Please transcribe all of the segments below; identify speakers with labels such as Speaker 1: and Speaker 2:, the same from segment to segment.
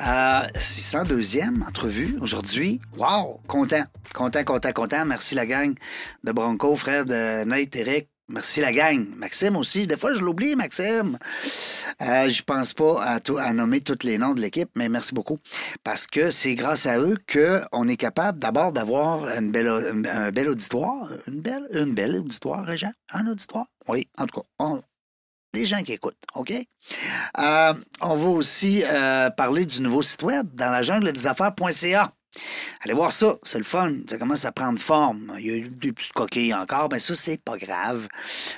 Speaker 1: Euh, 602e entrevue aujourd'hui. Wow, content, content, content, content. Merci la gang de Bronco, Fred, euh, Nate, Eric. Merci la gang. Maxime aussi. Des fois, je l'oublie, Maxime. Euh, je pense pas à, tout- à nommer tous les noms de l'équipe, mais merci beaucoup. Parce que c'est grâce à eux qu'on est capable d'abord d'avoir une belle, une- un bel auditoire. Une belle, une belle auditoire, Réjean? Un auditoire? Oui, en tout cas, on- des gens qui écoutent, OK? Euh, on va aussi euh, parler du nouveau site web dans la jungle des affaires.ca. Allez voir ça, c'est le fun, ça commence à prendre forme. Il y a eu des petites coquilles encore, mais ça, c'est pas grave.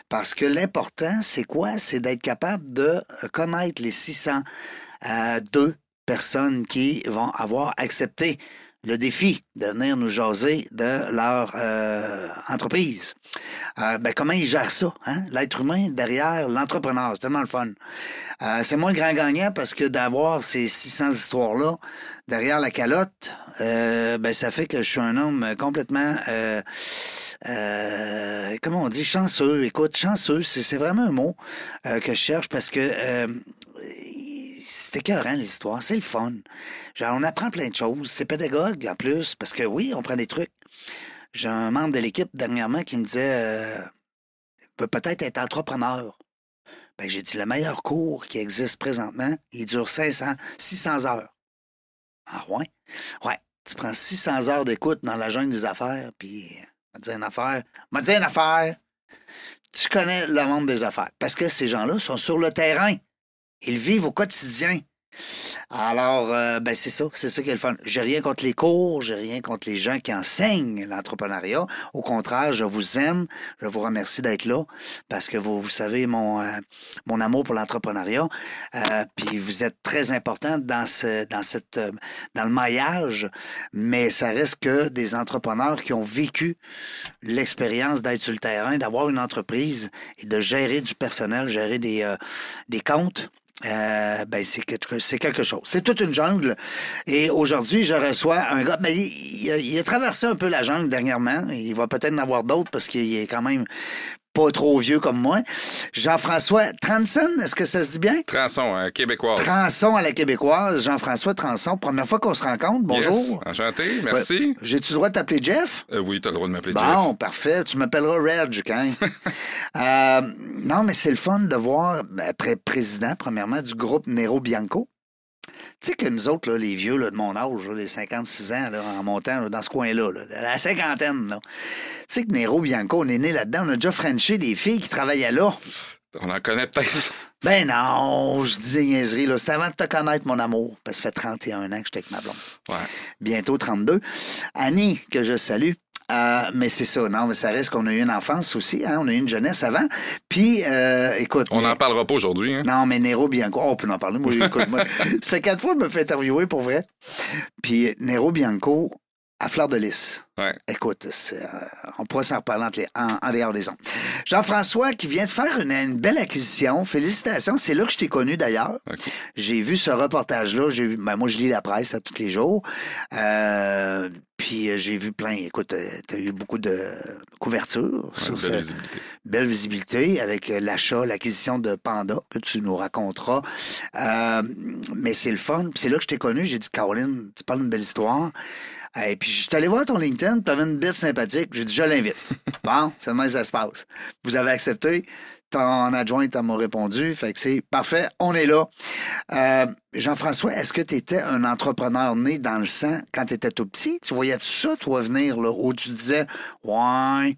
Speaker 1: Parce que l'important, c'est quoi? C'est d'être capable de connaître les 602 personnes qui vont avoir accepté le défi de venir nous jaser de leur euh, entreprise. Euh, ben, comment ils gèrent ça, hein? l'être humain derrière l'entrepreneur. C'est tellement le fun. Euh, c'est moi le grand gagnant parce que d'avoir ces 600 histoires-là derrière la calotte, euh, ben, ça fait que je suis un homme complètement, euh, euh, comment on dit, chanceux. Écoute, chanceux, c'est c'est vraiment un mot euh, que je cherche parce que euh, c'est écœurant, l'histoire. C'est le fun. Genre, on apprend plein de choses. C'est pédagogue, en plus, parce que oui, on prend des trucs. J'ai un membre de l'équipe dernièrement qui me disait euh, peut peut-être être entrepreneur. Ben, j'ai dit le meilleur cours qui existe présentement, il dure 500, 600 heures. Ah ouais? Ouais. Tu prends 600 heures d'écoute dans la jungle des affaires, puis euh, m'a dit une affaire, m'a dit une affaire. Tu connais le monde des affaires parce que ces gens-là sont sur le terrain. Ils vivent au quotidien. Alors, euh, ben c'est ça, c'est ça qui est le fun. J'ai rien contre les cours, j'ai rien contre les gens qui enseignent l'entrepreneuriat. Au contraire, je vous aime, je vous remercie d'être là parce que vous, vous savez mon, euh, mon amour pour l'entrepreneuriat. Euh, puis vous êtes très important dans ce, dans cette, euh, dans le maillage, mais ça reste que des entrepreneurs qui ont vécu l'expérience d'être sur le terrain, d'avoir une entreprise et de gérer du personnel, gérer des, euh, des comptes. Euh, ben c'est quelque, c'est quelque chose. C'est toute une jungle. Et aujourd'hui, je reçois un gars. Ben, il, il a, il a traversé un peu la jungle dernièrement. Il va peut-être en avoir d'autres parce qu'il est quand même pas trop vieux comme moi. Jean-François Transon, est-ce que ça se dit bien?
Speaker 2: Transon, hein, québécoise.
Speaker 1: Transon à la québécoise, Jean-François Transon. Première fois qu'on se rencontre.
Speaker 2: Yes.
Speaker 1: Bonjour.
Speaker 2: Enchanté, merci.
Speaker 1: Ouais. J'ai-tu le droit de t'appeler Jeff?
Speaker 2: Euh, oui, t'as le droit de m'appeler
Speaker 1: Bon, parfait. Tu m'appelleras Reg, quand? Euh, non, mais c'est le fun de voir, ben, pré- président, premièrement, du groupe Nero Bianco. Tu sais que nous autres, là, les vieux là, de mon âge, là, les 56 ans, là, en montant là, dans ce coin-là, là, la cinquantaine, là. tu sais que Nero Bianco, on est né là-dedans, on a déjà frenché des filles qui travaillaient là.
Speaker 2: Jeff. On en connaît peut-être.
Speaker 1: Ben non, je dis des niaiseries, là. C'est avant de te connaître, mon amour. Parce que ça fait 31 ans que j'étais avec ma blonde
Speaker 2: Ouais.
Speaker 1: bientôt 32. Annie, que je salue. Euh, mais c'est ça, non, mais ça reste qu'on a eu une enfance aussi, hein, on a eu une jeunesse avant. Puis, euh, écoute.
Speaker 2: On
Speaker 1: mais-
Speaker 2: n'en parlera pas aujourd'hui. Hein.
Speaker 1: Non, mais Nero Bianco, oh, on peut en parler, moi, écoute, moi. Ça fait quatre fois que je me fais interviewer pour vrai. Puis, Nero Bianco, à fleur de lys.
Speaker 2: Ouais.
Speaker 1: Écoute, c'est, euh, on pourra s'en reparler entre les- en, en dehors des ondes. Jean-François qui vient de faire une, une belle acquisition. Félicitations. C'est là que je t'ai connu d'ailleurs.
Speaker 2: OK.
Speaker 1: J'ai vu ce reportage-là. J'ai vu, ben, moi, je lis la presse à tous les jours. Euh, puis euh, j'ai vu plein. Écoute, tu as eu beaucoup de couvertures
Speaker 2: Ouais,
Speaker 1: sur
Speaker 2: belle
Speaker 1: cette
Speaker 2: visibilité.
Speaker 1: belle visibilité avec euh, l'achat, l'acquisition de Panda que tu nous raconteras. Euh, mais c'est le fun. Puis C'est là que je t'ai connu. J'ai dit, Caroline, tu parles d'une belle histoire. Et puis, je suis allé voir ton LinkedIn, tu avais une bête sympathique. J'ai dit, je l'invite. bon, c'est demain que ça se passe. Vous avez accepté. Ton adjointe m'a répondu. Fait que c'est parfait. On est là. Euh, Jean-François, est-ce que tu étais un entrepreneur né dans le sang quand tu étais tout petit? Tu voyais tout ça, toi, venir, là, où tu disais, ouais,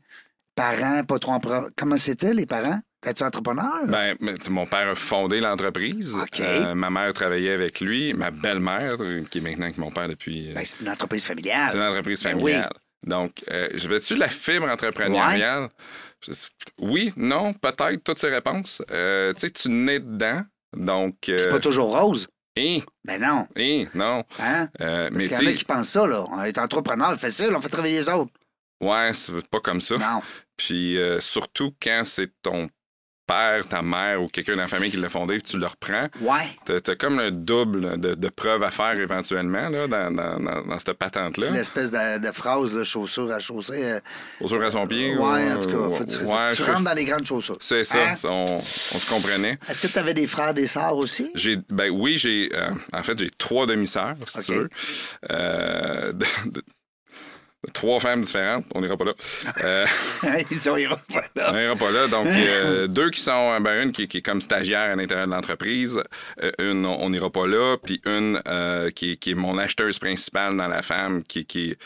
Speaker 1: parents, pas trop empre- Comment c'était, les parents? T'es-tu entrepreneur?
Speaker 2: Ben, mais, tu sais, mon père a fondé l'entreprise. Euh,
Speaker 1: OK.
Speaker 2: ma mère travaillait avec lui. Ma belle-mère, euh, qui est maintenant avec mon père depuis. euh,
Speaker 1: Ben, c'est une entreprise familiale.
Speaker 2: c'est une entreprise
Speaker 1: Ben oui.
Speaker 2: familiale. Donc, euh, je vais-tu la fibre entrepreneuriale? Je sais- oui, non, peut-être, toutes ces réponses. Euh, tu sais, tu nais dedans. Donc,
Speaker 1: C'est
Speaker 2: euh,
Speaker 1: pas toujours rose.
Speaker 2: Hein?
Speaker 1: Ben non.
Speaker 2: Hein? Non.
Speaker 1: Hein?
Speaker 2: Euh,
Speaker 1: Parce
Speaker 2: mais
Speaker 1: qu'il y en a
Speaker 2: tu
Speaker 1: qui pensent ça, là. On est entrepreneur facile, on fait travailler les autres.
Speaker 2: ouais, c'est pas comme ça.
Speaker 1: Non.
Speaker 2: Puis euh, surtout quand c'est ton père, ta mère ou quelqu'un de la famille qui l'a fondé, tu le reprends,
Speaker 1: Ouais.
Speaker 2: t'as t'as comme un double de, de preuves à faire éventuellement là, dans, dans, dans- dans cette
Speaker 1: C'est
Speaker 2: patente-là.
Speaker 1: l'espèce de, de phrase, de chaussure à chaussée. euh,
Speaker 2: Aux à son pied.
Speaker 1: ouais,
Speaker 2: ou-
Speaker 1: en tout cas, faut que tu,
Speaker 2: ouais,
Speaker 1: faut que tu
Speaker 2: je-
Speaker 1: rentres dans les grandes chaussures.
Speaker 2: C'est ça,
Speaker 1: Hein?
Speaker 2: on, on se comprenait.
Speaker 1: Est-ce que tu avais des frères, des sœurs aussi?
Speaker 2: J'ai, ben oui, j'ai. euh, en fait, j'ai trois demi-sœurs, si tu
Speaker 1: Ok.
Speaker 2: veux. Euh, de- de- de trois femmes différentes. On n'ira pas là. Euh,
Speaker 1: Ils ont iront pas
Speaker 2: on
Speaker 1: là.
Speaker 2: n'ira pas là. Donc, euh, deux qui sont. Ben, une qui, qui est comme stagiaire à l'intérieur de l'entreprise. Euh, une, on on n'ira pas là. Puis une euh, qui, est- qui est mon acheteuse principale dans la femme, qui, qui,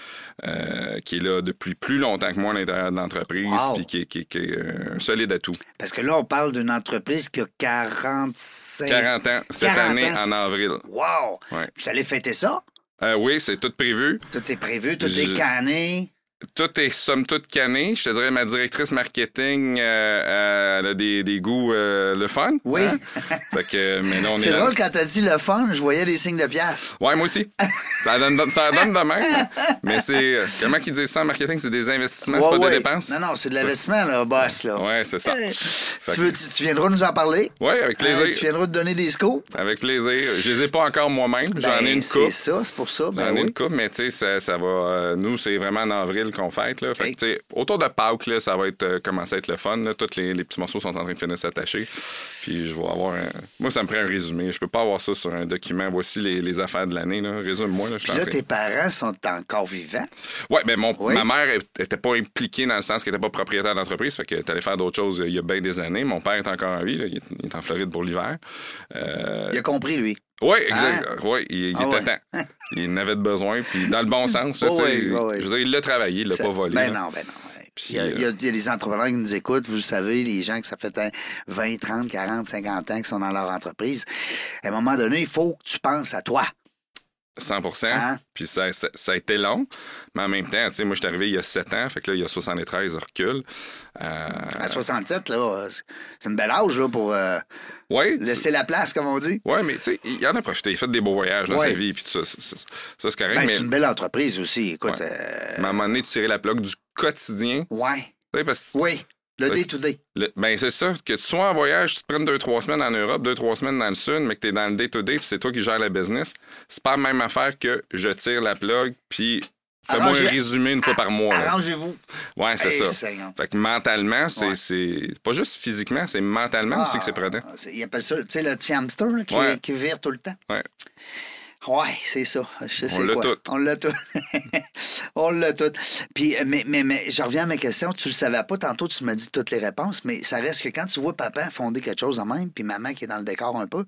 Speaker 2: euh, qui est là depuis plus longtemps que moi à l'intérieur de l'entreprise.
Speaker 1: Wow.
Speaker 2: Puis qui, qui- qui est euh, un solide atout.
Speaker 1: Parce que là, on parle d'une entreprise qui a 45...
Speaker 2: 40 ans, cette
Speaker 1: 40
Speaker 2: année,
Speaker 1: ans.
Speaker 2: en avril.
Speaker 1: Wow!
Speaker 2: Ouais.
Speaker 1: Vous allez fêter ça?
Speaker 2: Euh, oui, c'est tout prévu.
Speaker 1: Tout est prévu, tout
Speaker 2: Je-
Speaker 1: est canné.
Speaker 2: tout est somme toute cané. Je te dirais, ma directrice marketing, euh, euh, elle a des, des goûts euh, le fun.
Speaker 1: Oui.
Speaker 2: hein? Fait que, mais là, on est,
Speaker 1: C'est
Speaker 2: dans-
Speaker 1: drôle, quand t'as dit le fun, je voyais des signes de pièce.
Speaker 2: Ouais, moi aussi. Ça donne, ça donne de même. Mais c'est. euh, Comment qu'ils disent ça en marketing? C'est des investissements, Hein, c'est
Speaker 1: Ouais,
Speaker 2: pas
Speaker 1: ouais.
Speaker 2: des dépenses?
Speaker 1: Non, non, c'est de l'investissement, là, boss, là.
Speaker 2: Ouais, c'est ça.
Speaker 1: Euh,
Speaker 2: que-
Speaker 1: Tu, veux, tu, tu viendras nous en parler?
Speaker 2: Ouais, avec
Speaker 1: Euh, tu
Speaker 2: plaisir.
Speaker 1: viendras te donner des scoops?
Speaker 2: Avec plaisir. Je les ai pas encore moi-même. J'en ai
Speaker 1: Ben,
Speaker 2: une
Speaker 1: C'est
Speaker 2: coupe.
Speaker 1: ça, c'est pour ça. Ben
Speaker 2: J'en ai
Speaker 1: oui.
Speaker 2: une coupe, mais tu sais, ça, ça va. euh, nous, c'est vraiment en avril qu'on fête. Là. Fait que,
Speaker 1: Ok.
Speaker 2: tu sais, autour de Pâques, là, ça va être, euh, commencer à être le fun. Là. Tous les, les petits morceaux sont en train de finir de s'attacher. Puis je vais avoir un. Moi, ça me prend un résumé. Je peux pas avoir ça sur un document. Voici les, les affaires de l'année. là. Résume-moi. Là, je suis
Speaker 1: Puis
Speaker 2: en
Speaker 1: là,
Speaker 2: train-
Speaker 1: tes parents sont encore vivants.
Speaker 2: Ouais, ben mon,
Speaker 1: Oui.
Speaker 2: ma mère n'était pas impliquée dans le sens qu'elle n'était pas propriétaire d'entreprise, fait que t'allais faire d'autres choses euh, il y a bien des années. Mon père est encore en vie, là. il, est, il est en Floride pour l'hiver. Euh,
Speaker 1: Il a compris, lui.
Speaker 2: oui, exact. Oui, il, il
Speaker 1: Ah
Speaker 2: était
Speaker 1: ouais.
Speaker 2: temps. Il en avait de besoin, puis dans le bon sens. là,
Speaker 1: Oh
Speaker 2: tu sais,
Speaker 1: oui,
Speaker 2: il-
Speaker 1: oh oui.
Speaker 2: Je veux dire, il l'a travaillé, il l'a
Speaker 1: Ça-
Speaker 2: pas volé.
Speaker 1: Ben
Speaker 2: là.
Speaker 1: non, ben non. ouais.
Speaker 2: Puis,
Speaker 1: Il y,
Speaker 2: euh,
Speaker 1: a, il y a- il y a des entrepreneurs qui nous écoutent, vous le savez, les gens que ça fait hein, 20, 30, 40, 50 ans qui sont dans leur entreprise. À un moment donné, il faut que tu penses à toi.
Speaker 2: 100
Speaker 1: Hein?
Speaker 2: Puis ça, ça, ça a été long. Mais en même temps, tu sais, moi, je suis arrivé il y a 7 ans, fait que là, il y a 73, recul. Euh,
Speaker 1: À 67, là, euh, c'est une belle âge là, pour euh,
Speaker 2: ouais,
Speaker 1: laisser la place, comme on dit.
Speaker 2: c'est- ouais, mais tu sais, il en a profité. Il a fait des beaux voyages dans
Speaker 1: Ouais.
Speaker 2: sa vie, puis tout ça, c'est- c'est- ça, c'est correct.
Speaker 1: Ben,
Speaker 2: mais,
Speaker 1: C'est une belle entreprise aussi, écoute.
Speaker 2: Ouais.
Speaker 1: euh,
Speaker 2: mais à un moment donné, de tirer la plaque du quotidien.
Speaker 1: ouais.
Speaker 2: Tu sais, parce que
Speaker 1: Oui. Le
Speaker 2: Fait-
Speaker 1: day-to-day.
Speaker 2: Le- ben c'est ça, que tu sois en voyage, tu te prennes deux, trois semaines en Europe, deux, trois semaines dans le Sud, mais que tu es dans le day-to-day, puis c'est toi qui gères la business, c'est pas la même affaire que je tire la plug, puis fais-moi
Speaker 1: Arrangez-
Speaker 2: un résumé une fois par mois. là.
Speaker 1: Arrangez-vous.
Speaker 2: Ouais, c'est
Speaker 1: Hey,
Speaker 2: ça.
Speaker 1: Seigneur.
Speaker 2: Fait que mentalement,
Speaker 1: Ouais. Ah.
Speaker 2: c'est c'est pas juste physiquement, c'est mentalement aussi que c'est prenant.
Speaker 1: c'est- Ils appellent ça, tu sais, le petit hamster là, qui,
Speaker 2: Ouais.
Speaker 1: qui vire tout le temps.
Speaker 2: Ouais.
Speaker 1: Ouais, c'est ça. Je sais
Speaker 2: On l'a
Speaker 1: quoi.
Speaker 2: tout.
Speaker 1: On l'a tout. On l'a tout. Puis, euh, mais, mais, mais je reviens à ma question. Tu le savais pas. Tantôt, tu m'as dit toutes les réponses, mais ça reste que quand tu vois papa fonder quelque chose en même, puis maman qui est dans le décor un peu,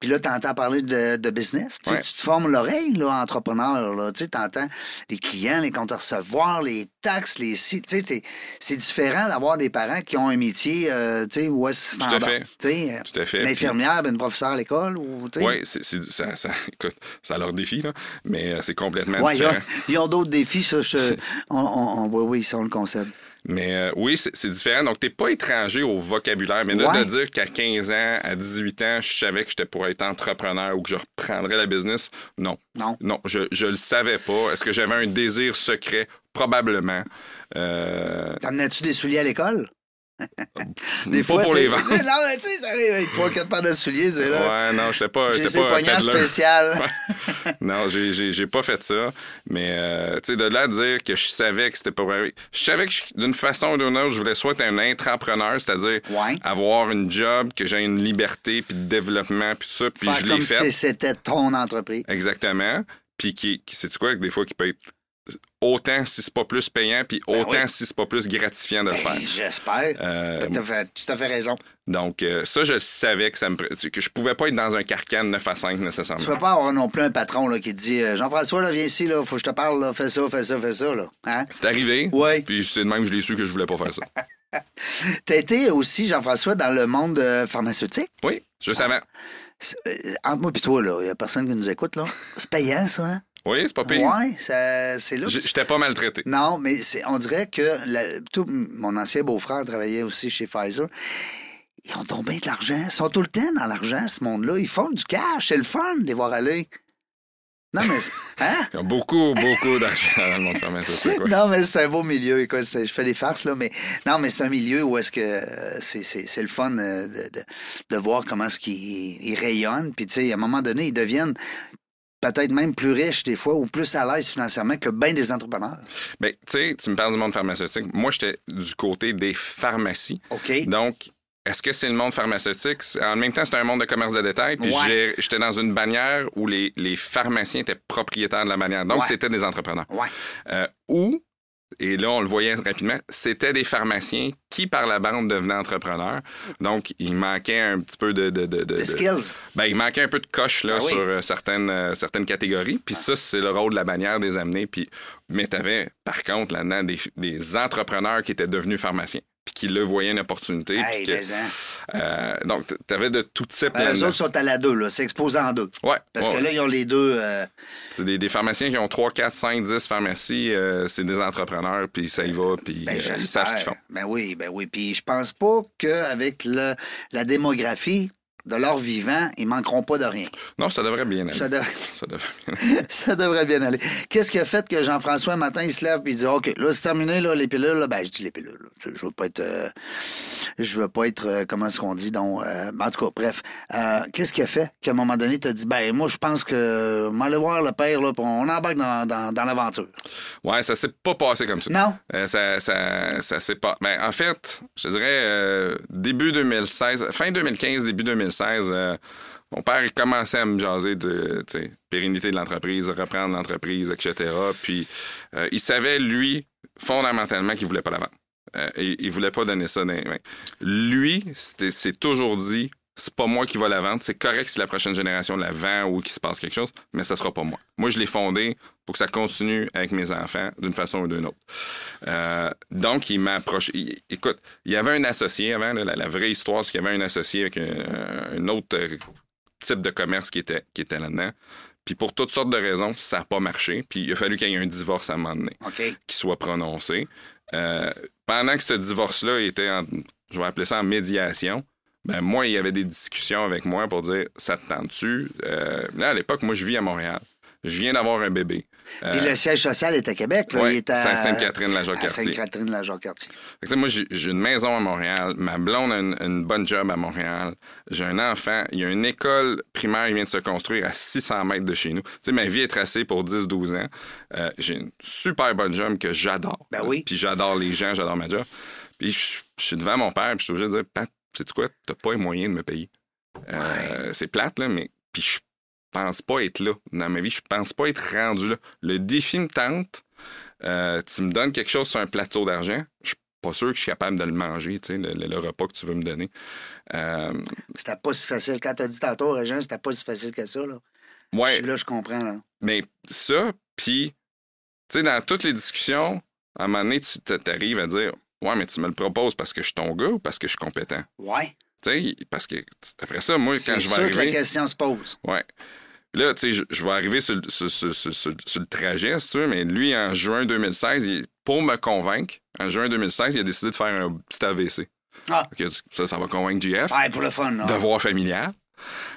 Speaker 1: puis là, tu entends parler de, de business. Tu sais,
Speaker 2: Ouais.
Speaker 1: Tu te formes l'oreille, là, entrepreneur. Là. Tu entends les clients, les comptes à recevoir, les taxes, les sites. Tu sais, t'es- c'est différent d'avoir des parents qui ont un métier, euh, tu sais, où est-ce
Speaker 2: Tout à fait. Tout à fait.
Speaker 1: Une infirmière, ben, une professeure à l'école. Ou, tu sais.
Speaker 2: Oui, ça, ça, écoute, ça leur défi, là, mais euh, c'est complètement
Speaker 1: Ouais, ils ont,
Speaker 2: différent.
Speaker 1: ils ont d'autres défis, ça, je- on, on- on- oui, oui, ça, on le concède.
Speaker 2: Mais euh, oui, c'est c'est différent. Donc, t'es pas étranger au vocabulaire. Mais là,
Speaker 1: Ouais.
Speaker 2: de dire qu'à 15 ans, à 18 ans, je savais que j'étais pour être entrepreneur ou que je reprendrais la business, non.
Speaker 1: Non.
Speaker 2: Non, je, je le savais pas. Est-ce que j'avais un désir secret? Probablement. Euh,
Speaker 1: T'emmenais-tu des souliers à l'école?
Speaker 2: pas pour
Speaker 1: tu sais-
Speaker 2: les ventes.
Speaker 1: Non, mais tu sais, ça arrive avec trois, quatre paires de souliers, c'est là.
Speaker 2: Ouais, non, j'étais pas.
Speaker 1: J'ai
Speaker 2: j'étais
Speaker 1: ces
Speaker 2: pas un
Speaker 1: poignards
Speaker 2: peddler.
Speaker 1: spéciales.
Speaker 2: non, j'ai- j'ai j'ai pas fait ça. Mais, euh, tu sais, de là à dire que je savais que c'était pas vrai. Je savais que je- d'une façon ou d'une autre, je voulais soit être un intrapreneur, c'est-à-dire
Speaker 1: Ouais.
Speaker 2: avoir une job, que j'ai une liberté, puis de développement, puis tout ça, puis
Speaker 1: Faire
Speaker 2: je l'ai
Speaker 1: comme si
Speaker 2: fait.
Speaker 1: c'était ton entreprise.
Speaker 2: Exactement. Puis, qui, qui, sais-tu quoi, que des fois, qui peut être autant si c'est pas plus payant, puis autant
Speaker 1: oui.
Speaker 2: si c'est pas plus gratifiant de le faire.
Speaker 1: Ben, J'espère.
Speaker 2: Euh,
Speaker 1: T'as- t'as fait- Tu t'as fait raison.
Speaker 2: donc, euh, ça, je savais que ça me pr- que je pouvais pas être dans un carcan de 9 à 5 nécessairement.
Speaker 1: Tu peux pas avoir non plus un patron là, qui te dit euh, Jean-François, là, viens ici, là, faut que je te parle, là, fais ça, fais ça, fais ça. Là. Hein?
Speaker 2: C'est arrivé.
Speaker 1: Ouais.
Speaker 2: Puis c'est de même que je l'ai su que je voulais pas faire ça.
Speaker 1: T'as été aussi, Jean-François, dans le monde euh, pharmaceutique.
Speaker 2: Oui, juste avant.
Speaker 1: C'est- euh, entre moi et toi, là, il n'y a personne qui nous écoute. là. C'est payant, ça, hein?
Speaker 2: Oui, c'est pas pire.
Speaker 1: Oui, c'est là.
Speaker 2: J- J'étais pas maltraité.
Speaker 1: Non, mais c'est- on dirait que la- tout, mon ancien beau-frère travaillait aussi chez Pfizer. Ils ont tombé de l'argent. Ils sont tout le temps dans l'argent, ce monde-là. Ils font du cash. C'est le fun de les voir aller. Non, mais. Hein?
Speaker 2: Ils ont beaucoup, beaucoup d'argent dans le monde fermé, ça, c'est quoi?
Speaker 1: Non, mais c'est un beau milieu. Écoute, c'est- je fais des farces, là, mais non, mais c'est un milieu où est-ce que euh, c'est, c'est- c'est le fun euh, de, de- de voir comment est-ce qu'ils ils rayonnent. Puis, tu sais, à un moment donné, ils deviennent peut-être même plus riches des fois ou plus à l'aise financièrement que bien des entrepreneurs.
Speaker 2: Ben, tu sais, tu me parles du monde pharmaceutique. Moi, j'étais du côté des pharmacies.
Speaker 1: OK?
Speaker 2: Donc, est-ce que c'est le monde pharmaceutique? C'est- En même temps, c'est un monde de commerce de détail. Puis
Speaker 1: Ouais.
Speaker 2: j'ai- j'étais dans une bannière où les, les pharmaciens étaient propriétaires de la bannière. Donc,
Speaker 1: Ouais.
Speaker 2: c'était des entrepreneurs.
Speaker 1: Ouais.
Speaker 2: Euh, ou, et là, on le voyait rapidement, c'était des pharmaciens qui, par la bande, devenaient entrepreneurs. Donc, il manquait un petit peu de... de, de- de-
Speaker 1: Des
Speaker 2: de-
Speaker 1: skills.
Speaker 2: ben, il manquait un peu de coche là,
Speaker 1: Ah oui. Ah.
Speaker 2: sur euh, certaines, euh, certaines catégories. Puis ça, c'est le rôle de la bannière des amener. Puis, mais tu avais, par contre, là-dedans, des, des entrepreneurs qui étaient devenus pharmaciens. Puis qui le voyaient une opportunité. puis
Speaker 1: Hey,
Speaker 2: que-
Speaker 1: mais, hein.
Speaker 2: euh, donc, tu avais de tout type.
Speaker 1: Ben, eux
Speaker 2: là-dedans.
Speaker 1: autres sont à la deux, là. C'est exposé en deux.
Speaker 2: Ouais,
Speaker 1: Parce
Speaker 2: ouais,
Speaker 1: que là, ils ont les deux. euh,
Speaker 2: c'est des, des pharmaciens qui ont 3, 4, 5, 10 pharmacies. euh, c'est des entrepreneurs, puis ça y va, puis
Speaker 1: Ben,
Speaker 2: euh, ils
Speaker 1: j'espère.
Speaker 2: savent ce qu'ils font.
Speaker 1: Ben oui, ben oui. Puis je pense pas qu'avec le, la démographie de leur vivant, ils manqueront pas de rien.
Speaker 2: Non, ça devrait bien aller.
Speaker 1: Ça, dev-
Speaker 2: Ça devrait bien
Speaker 1: ça devrait bien aller. Qu'est-ce qui a fait que Jean-François, un matin, il se lève et il dit OK, là, c'est terminé, là, les pilules, là, ben, je dis les pilules. là. Je, je veux pas être. euh, je veux pas être. euh, comment est-ce qu'on dit Donc, euh, ben, en tout cas, bref. Euh, Qu'est-ce qui a fait qu'à un moment donné, tu as dit Ben, moi, je pense que. euh, M'aller voir le père, là, puis on embarque dans, dans, dans l'aventure.
Speaker 2: Ouais, ça s'est pas passé comme ça.
Speaker 1: Non
Speaker 2: Euh, ça, ça, ça s'est pas. Ben, en fait, je te dirais euh, début 2016, fin 2015, début 2016, euh, mon père il commençait à me jaser de tu sais, pérennité de l'entreprise, reprendre l'entreprise, etc. Puis euh, il savait, lui, fondamentalement, qu'il voulait pas la vendre. Euh, il, il voulait pas donner ça. dans les mains. Lui, c'était- c'est toujours dit. C'est pas moi qui va la vendre. C'est correct si la prochaine génération la vend ou qu'il se passe quelque chose, mais ça sera pas moi. Moi, je l'ai fondé pour que ça continue avec mes enfants d'une façon ou d'une autre. Euh, donc, il m'a approché. il- écoute, il y avait un associé avant, là, la, la vraie histoire, c'est qu'il y avait un associé avec un, un autre euh, type de commerce qui était, qui était là-dedans. Puis pour toutes sortes de raisons, ça n'a pas marché. Puis il a fallu qu'il y ait un divorce à un moment donné
Speaker 1: OK.
Speaker 2: qui soit prononcé. Euh, pendant que ce divorce-là était, en, je vais appeler ça en médiation, ben moi, il y avait des discussions avec moi pour dire ça te tente-tu Euh, Là, à l'époque, moi, je vis à Montréal. Je viens d'avoir un bébé. Euh,
Speaker 1: Puis le siège social est à Québec. Là,
Speaker 2: ouais,
Speaker 1: il est à
Speaker 2: c'est à Sainte-Catherine-la-Jacques-Cartier.
Speaker 1: à Sainte-Catherine-la-Jacques-Cartier.
Speaker 2: Fait que, tu sais, moi, j'ai j'ai une maison à Montréal. Ma blonde a une, une bonne job à Montréal. J'ai un enfant. Il y a une école primaire qui vient de se construire à 600 mètres de chez nous. Tu sais, ma vie est tracée pour 10-12 ans. Euh, j'ai une super bonne job que j'adore.
Speaker 1: Ben oui.
Speaker 2: Puis j'adore les gens, j'adore ma job. Puis je je suis devant mon père, puis je suis obligé de dire, Pat, sais-tu quoi? T'as pas les moyens de me payer. Euh, C'est plate, là, mais... Puis je pense pas être là dans ma vie. Je pense pas être rendu là. Le défi me tente. Euh, tu me donnes quelque chose sur un plateau d'argent, je suis pas sûr que je suis capable de le manger, tu sais, le, le- le repas que tu veux me donner. Euh,
Speaker 1: C'était pas si facile. Quand t'as dit tantôt, Régent, c'était pas si facile que ça. Là, je,
Speaker 2: ouais,
Speaker 1: suis là, je comprends. Là.
Speaker 2: mais ça, puis, tu sais, dans toutes les discussions, à un moment donné, tu t- t'arrives à dire Ouais, mais tu me le proposes parce que je suis ton gars ou parce que je suis compétent?
Speaker 1: Ouais.
Speaker 2: Tu sais, parce que t- après ça, moi, quand
Speaker 1: C'est
Speaker 2: je vais
Speaker 1: sûr que la
Speaker 2: arriver.
Speaker 1: question se pose.
Speaker 2: Ouais. Là, tu sais, je, je vais arriver sur, le- sur- sur- sur- sur- sur le trajet, si tu veux, mais lui, en juin 2016, il- pour me convaincre, en juin 2016, il a décidé de faire un petit AVC.
Speaker 1: Ah.
Speaker 2: Ok, ça, ça va convaincre JF.
Speaker 1: Ouais, pour le fun. Là.
Speaker 2: Devoir familial.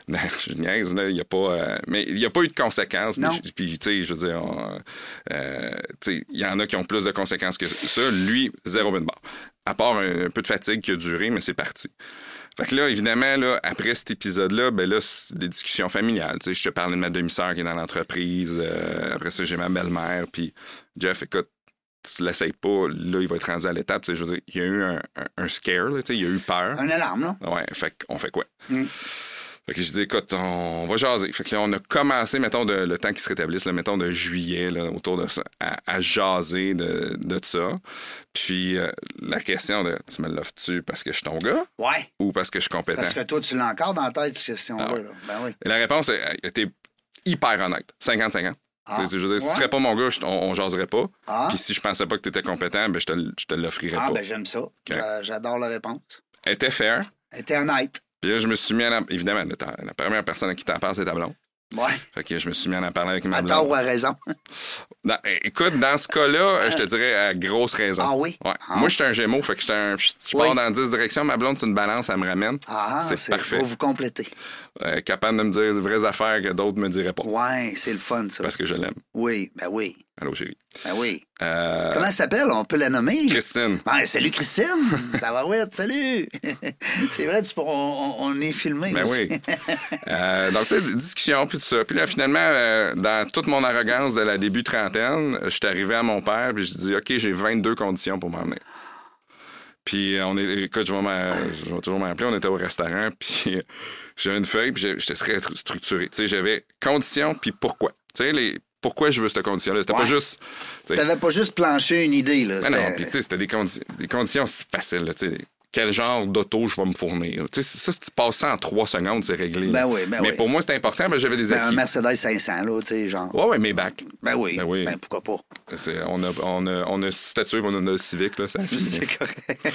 Speaker 2: Non, je niaise, là, il n'y a pas... euh, mais il n'y a pas eu de conséquences. puis
Speaker 1: Non.
Speaker 2: je- Puis, tu sais, je veux dire, on, euh, tu sais, il y en a qui ont plus de conséquences que ça. Lui, zéro bin barre. À part un, un peu de fatigue qui a duré, mais c'est parti. Fait que là, évidemment, là, après cet épisode-là, ben là, c'est des discussions familiales. Tu sais, je te parlais de ma demi-sœur qui est dans l'entreprise. euh, après ça, j'ai ma belle-mère. Puis, Jeff, écoute, tu l'essayes pas. Là, il va être rendu à l'étape. Tu sais, je veux dire, il y a eu un, un- un scare, là, tu sais, il y a eu peur.
Speaker 1: Un alarme, là.
Speaker 2: Ouais, fait qu'on fait quoi?
Speaker 1: Mm.
Speaker 2: Fait que je dis, écoute, on va jaser. Fait que là, on a commencé, mettons, de, le temps qui se rétablisse, là, mettons, de juillet, là, autour de ça, à, à jaser de, de ça. Puis euh, la question de, tu me l'offres-tu parce que je suis ton gars
Speaker 1: Ouais.
Speaker 2: ou parce que je suis compétent?
Speaker 1: Parce que toi, tu l'as encore dans la tête, cette question-là.
Speaker 2: Ah ouais.
Speaker 1: là. Ben oui.
Speaker 2: Et la réponse a été hyper honnête, 50-50.
Speaker 1: Ah.
Speaker 2: C'est- Je veux dire, si
Speaker 1: Ouais.
Speaker 2: tu serais pas mon gars, je- on, on jaserait pas.
Speaker 1: Ah.
Speaker 2: Puis si je pensais pas que tu étais compétent, ben, je te, l- je te l'offrirais
Speaker 1: Ah,
Speaker 2: pas.
Speaker 1: ben j'aime ça. J'a- J'adore la réponse.
Speaker 2: Elle était fair.
Speaker 1: Elle était honnête.
Speaker 2: Puis là, je me suis mis à... la- Évidemment, la la première personne à qui t'en parle, c'est ta blonde.
Speaker 1: Ouais.
Speaker 2: Ah, ben Fait que je me suis mis à en parler avec ma
Speaker 1: À tort
Speaker 2: blonde.
Speaker 1: ou à raison.
Speaker 2: Dans- é- écoute, dans ce cas-là, je te dirais à grosse raison.
Speaker 1: Ah oui?
Speaker 2: Ouais.
Speaker 1: Ah.
Speaker 2: Moi, je suis un gémeau, fait que j'étais un- je je
Speaker 1: Oui.
Speaker 2: pars dans 10 directions. Ma blonde, c'est une balance, elle me ramène.
Speaker 1: Ah,
Speaker 2: c'est parfait.
Speaker 1: Pour vous compléter.
Speaker 2: Euh, capable de me dire des vraies affaires que d'autres me diraient pas.
Speaker 1: Ouais, c'est le fun, ça.
Speaker 2: Parce que je l'aime.
Speaker 1: Oui, ben oui,
Speaker 2: Allô, chérie.
Speaker 1: ben oui.
Speaker 2: Euh,
Speaker 1: Comment elle s'appelle? On peut la nommer?
Speaker 2: Christine.
Speaker 1: Ben, salut Christine! Tabarouette, salut! c'est vrai, tu peux- on, on- on est filmé
Speaker 2: Ben
Speaker 1: aussi.
Speaker 2: oui. Euh, donc, tu sais, discussion, puis tout ça. Puis là, finalement, euh, dans toute mon arrogance de la début trentaine, je suis arrivé à mon père, puis je dis OK, j'ai 22 conditions pour m'emmener. Puis euh, on est, écoute, je vais, m'a- je vais toujours m'appeler, on était au restaurant, puis euh, j'ai une feuille, puis j'ai- j'étais très tru- structuré. Tu sais, j'avais conditions, puis pourquoi. Tu sais, les, pourquoi je veux cette condition-là. C'était
Speaker 1: Ouais.
Speaker 2: pas juste. tu sais,
Speaker 1: T'avais pas juste planché une idée, là.
Speaker 2: ah non,
Speaker 1: c'était-
Speaker 2: puis tu sais, c'était des, condi- des conditions c'est facile. là, tu sais. Quel genre d'auto je vais me fournir? Tu sais, ça, si tu passes ça en trois secondes, c'est réglé.
Speaker 1: Ben
Speaker 2: là.
Speaker 1: oui, ben
Speaker 2: mais
Speaker 1: oui.
Speaker 2: pour moi, c'était important parce que j'avais des
Speaker 1: Ben, un
Speaker 2: acquis.
Speaker 1: Mercedes 500, là, tu sais, genre.
Speaker 2: ouais, ouais, mes bacs.
Speaker 1: Ben oui,
Speaker 2: Ben oui.
Speaker 1: ben pourquoi pas.
Speaker 2: C'est- On a, on, a, on a statué, puis on a civique, là, ça a fini.
Speaker 1: C'est correct.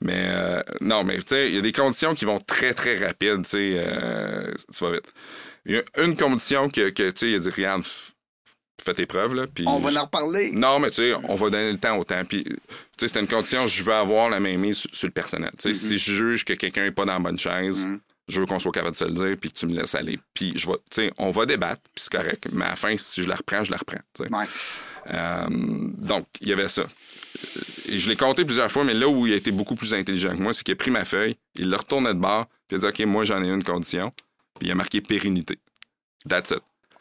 Speaker 2: Mais euh, non, mais tu sais, il y a des conditions qui vont très, très rapides, tu sais, euh, tu vas vite. Il y a une condition que, que tu sais, il a dit, regarde, f- fais tes preuves, là. puis
Speaker 1: On va en reparler.
Speaker 2: Non, mais tu sais, on va donner le temps au temps. Puis, tu sais, c'est une condition, je veux avoir la main mise sur, sur le personnel. Tu sais, si je juge que quelqu'un n'est pas dans la bonne chaise, je veux qu'on soit capable de se le dire, puis que tu me laisses aller. Puis, je vais, tu sais, on va débattre, puis c'est correct. Mais à la fin, si je la reprends, je la reprends. tu sais.
Speaker 1: Ouais.
Speaker 2: Euh, donc, il y avait ça. Et je l'ai compté plusieurs fois, mais là où il a été beaucoup plus intelligent que moi, c'est qu'il a pris ma feuille, il l'a retourné de bord, puis il a dit OK, moi, j'en ai une condition. Puis il a marqué pérennité. That's it.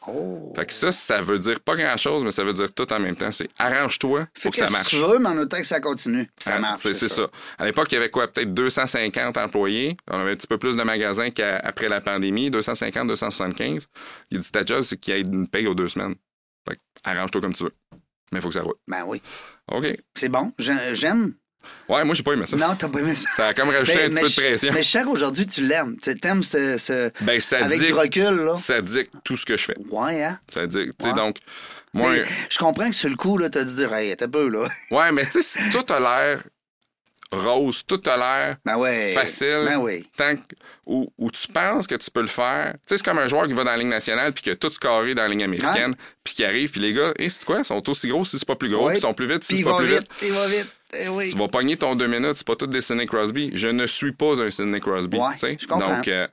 Speaker 1: Oh.
Speaker 2: Fait que ça, ça veut dire pas grand-chose, mais ça veut dire tout en même temps. C'est arrange-toi
Speaker 1: Fais
Speaker 2: pour que ça
Speaker 1: qu'est-ce que
Speaker 2: marche.
Speaker 1: tu veux, mais en autant que ça continue. Ça
Speaker 2: Hein,
Speaker 1: marche.
Speaker 2: C'est c'est ça. À l'époque, il y avait quoi? Peut-être 250 employés. On avait un petit peu plus de magasins qu'après la pandémie. 250, 275. Il dit, ta job, c'est qu'il y ait une paye aux deux semaines. Fait que arrange-toi comme tu veux. Mais il faut que ça roule.
Speaker 1: Ben oui.
Speaker 2: OK.
Speaker 1: C'est bon, j'ai- j'aime.
Speaker 2: Ouais, moi, j'ai pas aimé ça.
Speaker 1: Non, t'as pas aimé ça.
Speaker 2: Ça a comme rajouté
Speaker 1: Ben,
Speaker 2: un petit peu de
Speaker 1: je-
Speaker 2: pression.
Speaker 1: Mais je sais qu'aujourd'hui, tu l'aimes. Tu t'aimes ce. ce-
Speaker 2: Ben, ça
Speaker 1: Avec
Speaker 2: dit-
Speaker 1: du recul, là.
Speaker 2: Ça dit tout ce que je fais.
Speaker 1: Ouais, hein?
Speaker 2: Ça dit, tu sais,
Speaker 1: Ouais.
Speaker 2: donc, moi,
Speaker 1: Mais je comprends que sur le coup, là, t'as dû dire, hey, t'as peu, là.
Speaker 2: ouais, mais tu sais, tout a l'air rose, tout a l'air
Speaker 1: Ben ouais.
Speaker 2: facile.
Speaker 1: Ben oui.
Speaker 2: Tant que- où, où tu penses que tu peux le faire. Tu sais, c'est comme un joueur qui va dans la Ligue nationale puis qui a tout scoré dans la Ligue américaine, puis qui arrive, puis les gars, et c'est quoi? Ils sont aussi gros si c'est pas plus gros,
Speaker 1: Ouais.
Speaker 2: puis ils sont plus vite si
Speaker 1: Puis
Speaker 2: c'est
Speaker 1: il
Speaker 2: pas
Speaker 1: va
Speaker 2: plus
Speaker 1: vite,
Speaker 2: vite.
Speaker 1: il va vite. Eh oui.
Speaker 2: Tu vas pogner ton deux minutes, c'est pas tout des Sidney Crosby. Je ne suis pas un Sidney Crosby.
Speaker 1: Ouais,
Speaker 2: tu sais.
Speaker 1: je comprends.
Speaker 2: Donc, euh,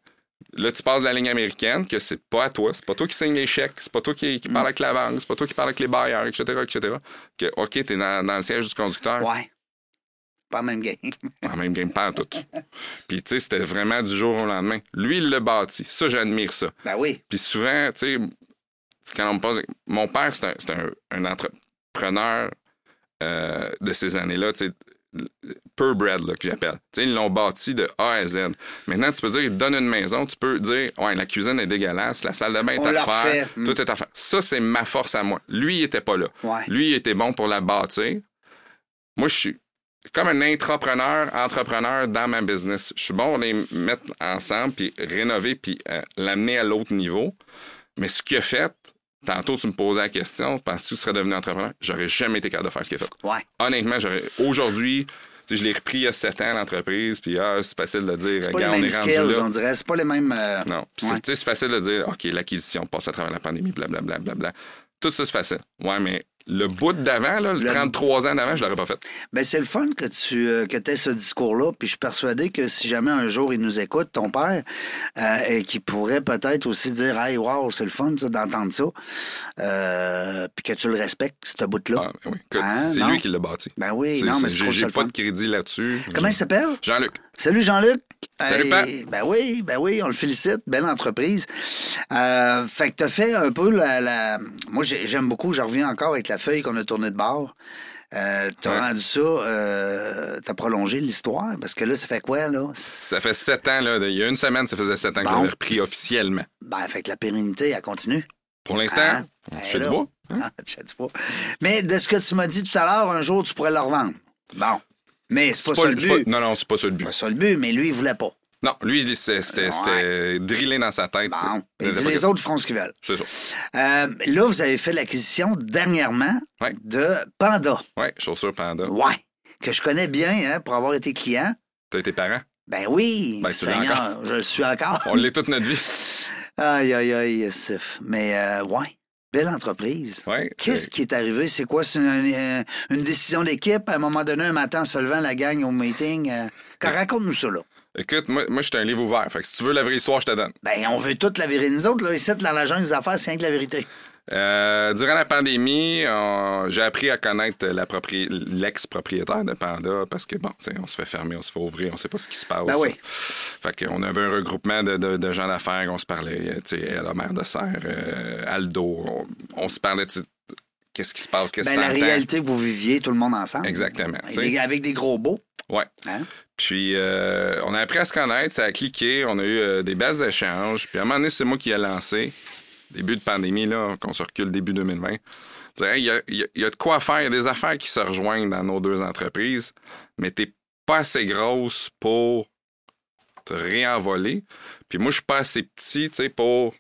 Speaker 2: là, tu passes de la ligne américaine, que c'est pas à toi, c'est pas toi qui signe les chèques, c'est pas toi qui, qui
Speaker 1: Mm.
Speaker 2: parle avec la banque, c'est pas toi qui parle avec les bailleurs, etc., etc. Que, OK, t'es dans, dans le siège du conducteur,
Speaker 1: Ouais. Pas le même game.
Speaker 2: en même game, pas en tout. Puis, tu sais, c'était vraiment du jour au lendemain. Lui, il l'a bâti. Ça, j'admire ça.
Speaker 1: Ben oui.
Speaker 2: Puis souvent, tu sais, quand on me pose. Mon père, c'est un, c'est un- un entrepreneur euh, de ces années-là, tu sais, purebred, là, que j'appelle. Tu sais, ils l'ont bâti de A à Z. Maintenant, tu peux dire, ils te donnent une maison, tu peux dire, ouais, la cuisine est dégueulasse, la salle de bain
Speaker 1: On
Speaker 2: est à
Speaker 1: la
Speaker 2: refaire,
Speaker 1: refait. Mm.
Speaker 2: tout est à faire. Ça, c'est ma force à moi. Lui, il était pas là.
Speaker 1: Ouais.
Speaker 2: Lui, il était bon pour la bâtir. Moi, je suis comme un intrapreneur, entrepreneur dans ma business. Je suis bon à les mettre ensemble, puis rénover, puis euh, l'amener à l'autre niveau. Mais ce qu'il a fait, tantôt, tu me posais la question, penses-tu que tu serais devenu entrepreneur? J'aurais jamais été capable de faire ce qu'il a fait.
Speaker 1: Ouais.
Speaker 2: Honnêtement, j'aurais aujourd'hui, tu sais, je l'ai repris il y a sept ans, l'entreprise, puis ah, c'est facile de dire,
Speaker 1: C'est pas
Speaker 2: regarde,
Speaker 1: les
Speaker 2: on
Speaker 1: mêmes
Speaker 2: est rendu
Speaker 1: skills,
Speaker 2: là.
Speaker 1: on dirait. C'est pas les mêmes. euh,
Speaker 2: Non. Puis c'est-
Speaker 1: ouais.
Speaker 2: tu sais, c'est facile de dire, OK, l'acquisition passe à travers la pandémie, blablabla. Bla, bla, bla. Tout ça, c'est facile. Ouais, mais le bout d'avant, là, le, 33 ans d'avant, je l'aurais pas fait.
Speaker 1: Ben, c'est le fun que tu aies ce discours-là, puis je suis persuadé que si jamais un jour il nous écoute, ton père, euh, et qu'il pourrait peut-être aussi dire Hey, wow, c'est le fun ça, d'entendre ça, Euh, puis que tu le respectes, ce bout-là.
Speaker 2: Ah, ben oui. Écoute,
Speaker 1: Hein,
Speaker 2: c'est
Speaker 1: non?
Speaker 2: lui qui l'a bâti.
Speaker 1: Ben oui,
Speaker 2: C'est-
Speaker 1: non,
Speaker 2: c'est-
Speaker 1: mais je
Speaker 2: j'ai
Speaker 1: trouve ça
Speaker 2: j'ai
Speaker 1: le
Speaker 2: pas
Speaker 1: fun.
Speaker 2: de crédit là-dessus.
Speaker 1: Comment il s'appelle
Speaker 2: Jean-Luc.
Speaker 1: Salut Jean-Luc.
Speaker 2: Salut,
Speaker 1: Hey,
Speaker 2: Pat.
Speaker 1: ben oui, ben oui, on le félicite, belle entreprise. Euh, fait que t'as fait un peu la, la- moi j'ai- j'aime beaucoup, je reviens encore avec la feuille qu'on a tournée de bord. Euh, t'as
Speaker 2: Ouais.
Speaker 1: rendu ça, euh, t'as prolongé l'histoire parce que là ça fait quoi là
Speaker 2: Ça fait sept ans, là. Il y a une semaine, ça faisait sept ans que
Speaker 1: Bon.
Speaker 2: je l'ai repris officiellement.
Speaker 1: Ben, fait que la pérennité, elle continue.
Speaker 2: Pour l'instant,
Speaker 1: Hein?
Speaker 2: on
Speaker 1: Ben
Speaker 2: fait
Speaker 1: là.
Speaker 2: du bois.
Speaker 1: Je sais pas. Mais de ce que tu m'as dit tout à l'heure, un jour, tu pourrais le revendre. Bon. Mais c'est pas, ça
Speaker 2: Pas-
Speaker 1: le
Speaker 2: c'est pas-
Speaker 1: but.
Speaker 2: non, non, c'est pas ça le
Speaker 1: C'est pas
Speaker 2: but.
Speaker 1: ça le but, mais lui, il voulait pas.
Speaker 2: Non, lui, il- c'est- c'était
Speaker 1: Ouais.
Speaker 2: c'était drillé dans sa tête.
Speaker 1: Bon. Il
Speaker 2: Il
Speaker 1: dit,
Speaker 2: faisait pas
Speaker 1: les
Speaker 2: ça.
Speaker 1: autres feront ce qu'ils veulent.
Speaker 2: C'est ça.
Speaker 1: Euh, là, vous avez fait l'acquisition dernièrement
Speaker 2: Ouais.
Speaker 1: de Panda.
Speaker 2: Ouais, chaussures panda.
Speaker 1: Ouais. Que je connais bien, hein, pour avoir été client.
Speaker 2: T'as été parent?
Speaker 1: Ben oui,
Speaker 2: Ben, tu l'as
Speaker 1: Seigneur, je le suis encore.
Speaker 2: On l'est toute notre vie.
Speaker 1: Aïe, aïe, aïe, Sif. Mais, euh, ouais. Belle entreprise.
Speaker 2: Ouais,
Speaker 1: Qu'est-ce
Speaker 2: euh,
Speaker 1: qui est arrivé? C'est quoi? C'est une, euh, une décision d'équipe? À un moment donné, un matin, en se levant, la gang au meeting. euh, quand- Raconte-nous ça, là.
Speaker 2: Écoute, moi, moi je suis un livre ouvert. Fait que si tu veux la vraie histoire, je te donne.
Speaker 1: Ben, on veut toute la vérité. Nous autres, là, ici, dans la jungle des affaires, c'est rien que la vérité.
Speaker 2: Euh, durant la pandémie, on- j'ai appris à connaître la propri- l'ex-propriétaire de Panda parce que, bon, tu sais, on se fait fermer, on se fait ouvrir, on sait pas ce qui se passe.
Speaker 1: Ben oui.
Speaker 2: Fait qu'on avait un regroupement de, de- de gens d'affaires, on se parlait, tu sais, elle, la mère de serre, euh, Aldo, on, on se parlait, tu sais, qu'est-ce qui se passe, qu'est-ce
Speaker 1: Ben,
Speaker 2: qui
Speaker 1: la réalité Ben, que vous viviez, tout le monde ensemble.
Speaker 2: Exactement.
Speaker 1: Avec
Speaker 2: tu sais.
Speaker 1: des- avec des gros beaux.
Speaker 2: Ouais.
Speaker 1: Hein?
Speaker 2: Puis, euh, on a appris à se connaître, ça a cliqué, on a eu euh, des belles échanges. Puis, à un moment donné, c'est moi qui ai lancé, début de pandémie, là, qu'on se recule début 2020. Je dirais, Il y a, il y a- il y a de quoi faire, il y a des affaires qui se rejoignent dans nos deux entreprises, mais t'es pas assez grosse pour te réenvoler. Puis, moi, je suis pas assez petit, tu sais, pour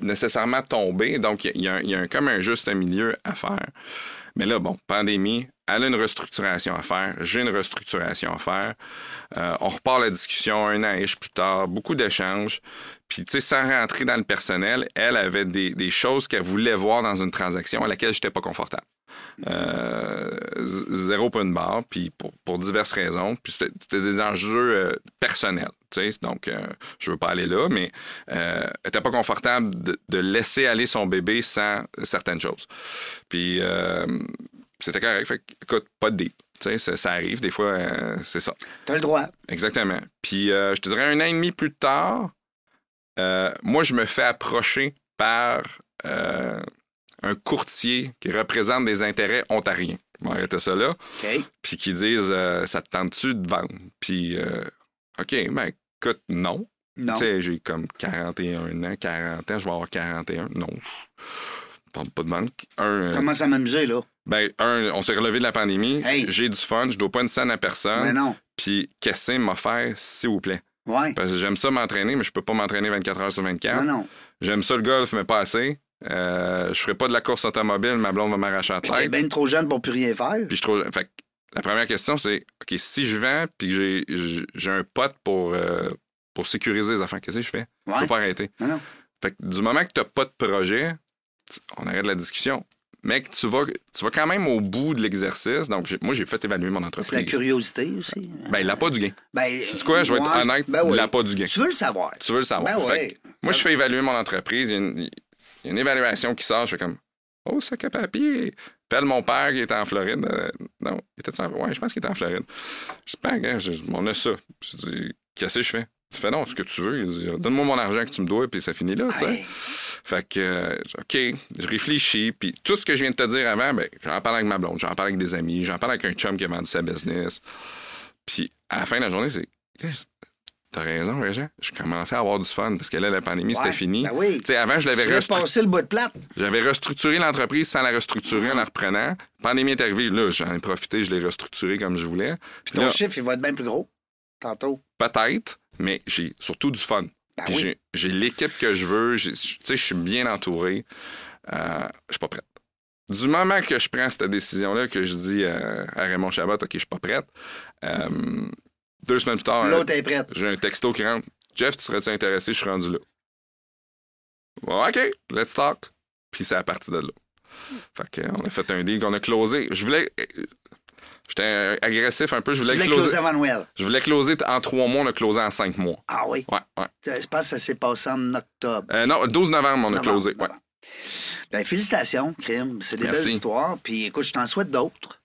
Speaker 2: nécessairement tomber. Donc, il y a, il y a un- comme un juste milieu à faire. Mais là, bon, pandémie, elle a une restructuration à faire, j'ai une restructuration à faire. Euh, on repart la discussion un an et plus tard, beaucoup d'échanges. Puis, tu sais, sans rentrer dans le personnel, elle avait des, des choses qu'elle voulait voir dans une transaction à laquelle j'étais pas confortable. Euh, z- zéro open bar, puis pour, pour diverses raisons. Puis c'était c'était des enjeux euh, personnels, tu sais. Donc, euh, je veux pas aller là, mais euh, elle était pas confortable de, de laisser aller son bébé sans certaines choses. Puis euh, c'était correct. Fait que, écoute, pas de deal. Tu sais, ça, ça arrive. Des fois, euh, c'est ça.
Speaker 1: T'as le droit.
Speaker 2: Exactement. Puis euh, je te dirais un an et demi plus tard, euh, moi, je me fais approcher par euh, un courtier qui représente des intérêts ontariens. On va arrêter ça là.
Speaker 1: OK.
Speaker 2: Puis qui disent euh, Ça te tente-tu de vendre Puis, euh, OK, ben écoute, non.
Speaker 1: Non.
Speaker 2: Tu sais, j'ai comme 41 ans, 40 ans, je vais avoir 41. Non. Tombe pas de banque. Un, euh,
Speaker 1: Commence à m'amuser, là.
Speaker 2: ben, un, on s'est relevé de la pandémie.
Speaker 1: Hey.
Speaker 2: J'ai du fun, je dois pas une scène à
Speaker 1: Mais
Speaker 2: personne.
Speaker 1: non.
Speaker 2: Puis, qu'est-ce que m'a fait, s'il vous plaît?
Speaker 1: Ouais.
Speaker 2: Parce que j'aime ça m'entraîner, mais je peux pas m'entraîner 24 heures sur 24.
Speaker 1: Non, non.
Speaker 2: J'aime ça le golf, mais pas assez. Euh, je ferai pas de la course automobile, ma blonde va m'arracher la
Speaker 1: T'es ben-
Speaker 2: tête.
Speaker 1: bien trop jeune pour plus rien faire.
Speaker 2: Puis je trouve. Fait que la première question, c'est OK, si je vends, puis j'ai- j'ai j'ai un pote pour, euh, pour sécuriser les affaires, qu'est-ce que je fais? Je
Speaker 1: Ouais.
Speaker 2: peux pas arrêter.
Speaker 1: Non, non.
Speaker 2: Fait que du moment que t'as pas de projet, tu- on arrête la discussion. Mais que tu vas, tu vas quand même au bout de l'exercice. Donc, j'ai- moi, j'ai fait évaluer mon
Speaker 1: C'est la
Speaker 2: entreprise.
Speaker 1: curiosité aussi.
Speaker 2: Ben, il n'a pas du gain.
Speaker 1: Ben,
Speaker 2: C'est quoi? Je vais être
Speaker 1: ouais.
Speaker 2: honnête,
Speaker 1: Ben oui.
Speaker 2: il n'a pas du gain.
Speaker 1: Tu veux le savoir.
Speaker 2: Tu veux le savoir.
Speaker 1: Ben
Speaker 2: Fait
Speaker 1: ouais.
Speaker 2: que Moi, je fais évaluer mon entreprise. Il y, a une, il y a une évaluation qui sort. Je fais comme Oh, sac à papier. Pelle mon père qui était en Floride. Euh, non, il était en Ouais, je pense qu'il était en Floride. J'espère, gars, je- on a ça. Je dis Qu'est-ce que je fais? Tu fais non, ce que tu veux. Il dit, euh, Donne-moi mon argent que tu me dois, puis ça finit là. tu sais.
Speaker 1: Hey.
Speaker 2: Fait que, euh, OK, je réfléchis. Puis tout ce que je viens de te dire avant, ben, j'en parle avec ma blonde, j'en parle avec des amis, j'en parle avec un chum qui a vendu sa business. Puis à la fin de la journée, c'est. Yes, T'as raison, Régent. Je commençais à avoir du fun parce que là, la pandémie,
Speaker 1: Ouais,
Speaker 2: c'était fini.
Speaker 1: ben oui.
Speaker 2: Tu sais, avant, je l'avais
Speaker 1: Tu veux
Speaker 2: restru-
Speaker 1: passer le bout de plate?
Speaker 2: j'avais restructuré l'entreprise sans la restructurer en la reprenant. Pandémie est arrivée, là, j'en ai profité, je l'ai restructuré comme je voulais. Puis
Speaker 1: Ton
Speaker 2: là,
Speaker 1: chiffre, il va être bien plus gros. Tantôt.
Speaker 2: peut-être, mais j'ai surtout du fun.
Speaker 1: Ben
Speaker 2: Puis
Speaker 1: oui.
Speaker 2: j'ai- j'ai l'équipe que je veux, j'ai- tu sais, je suis bien entouré. Euh, je suis pas prête. Du moment que je prends cette décision-là, que je dis euh, à Raymond Chabot, OK, je suis pas prête, euh, deux semaines plus tard, euh,
Speaker 1: L'autre est prête.
Speaker 2: j'ai un texto qui rentre. Jeff, tu serais-tu intéressé? Je suis rendu là. Bon, OK, let's talk. Puis c'est à partir de là. Fait que, euh, on a fait un deal qu'on a closé. Je voulais. J'étais euh, agressif un peu. Je
Speaker 1: Tu
Speaker 2: voulais,
Speaker 1: voulais
Speaker 2: closer-
Speaker 1: closer avant Noël.
Speaker 2: je voulais closer t- en trois mois, on a closé en cinq mois.
Speaker 1: Ah oui.
Speaker 2: Ouais, ouais.
Speaker 1: Je pense que ça s'est passé en octobre.
Speaker 2: Euh, non, 12 novembre, on a
Speaker 1: Novembre,
Speaker 2: closé. Ouais.
Speaker 1: novembre. ah Ben, félicitations, Crime. C'est des
Speaker 2: Merci.
Speaker 1: belles histoires. Puis écoute, je t'en souhaite d'autres.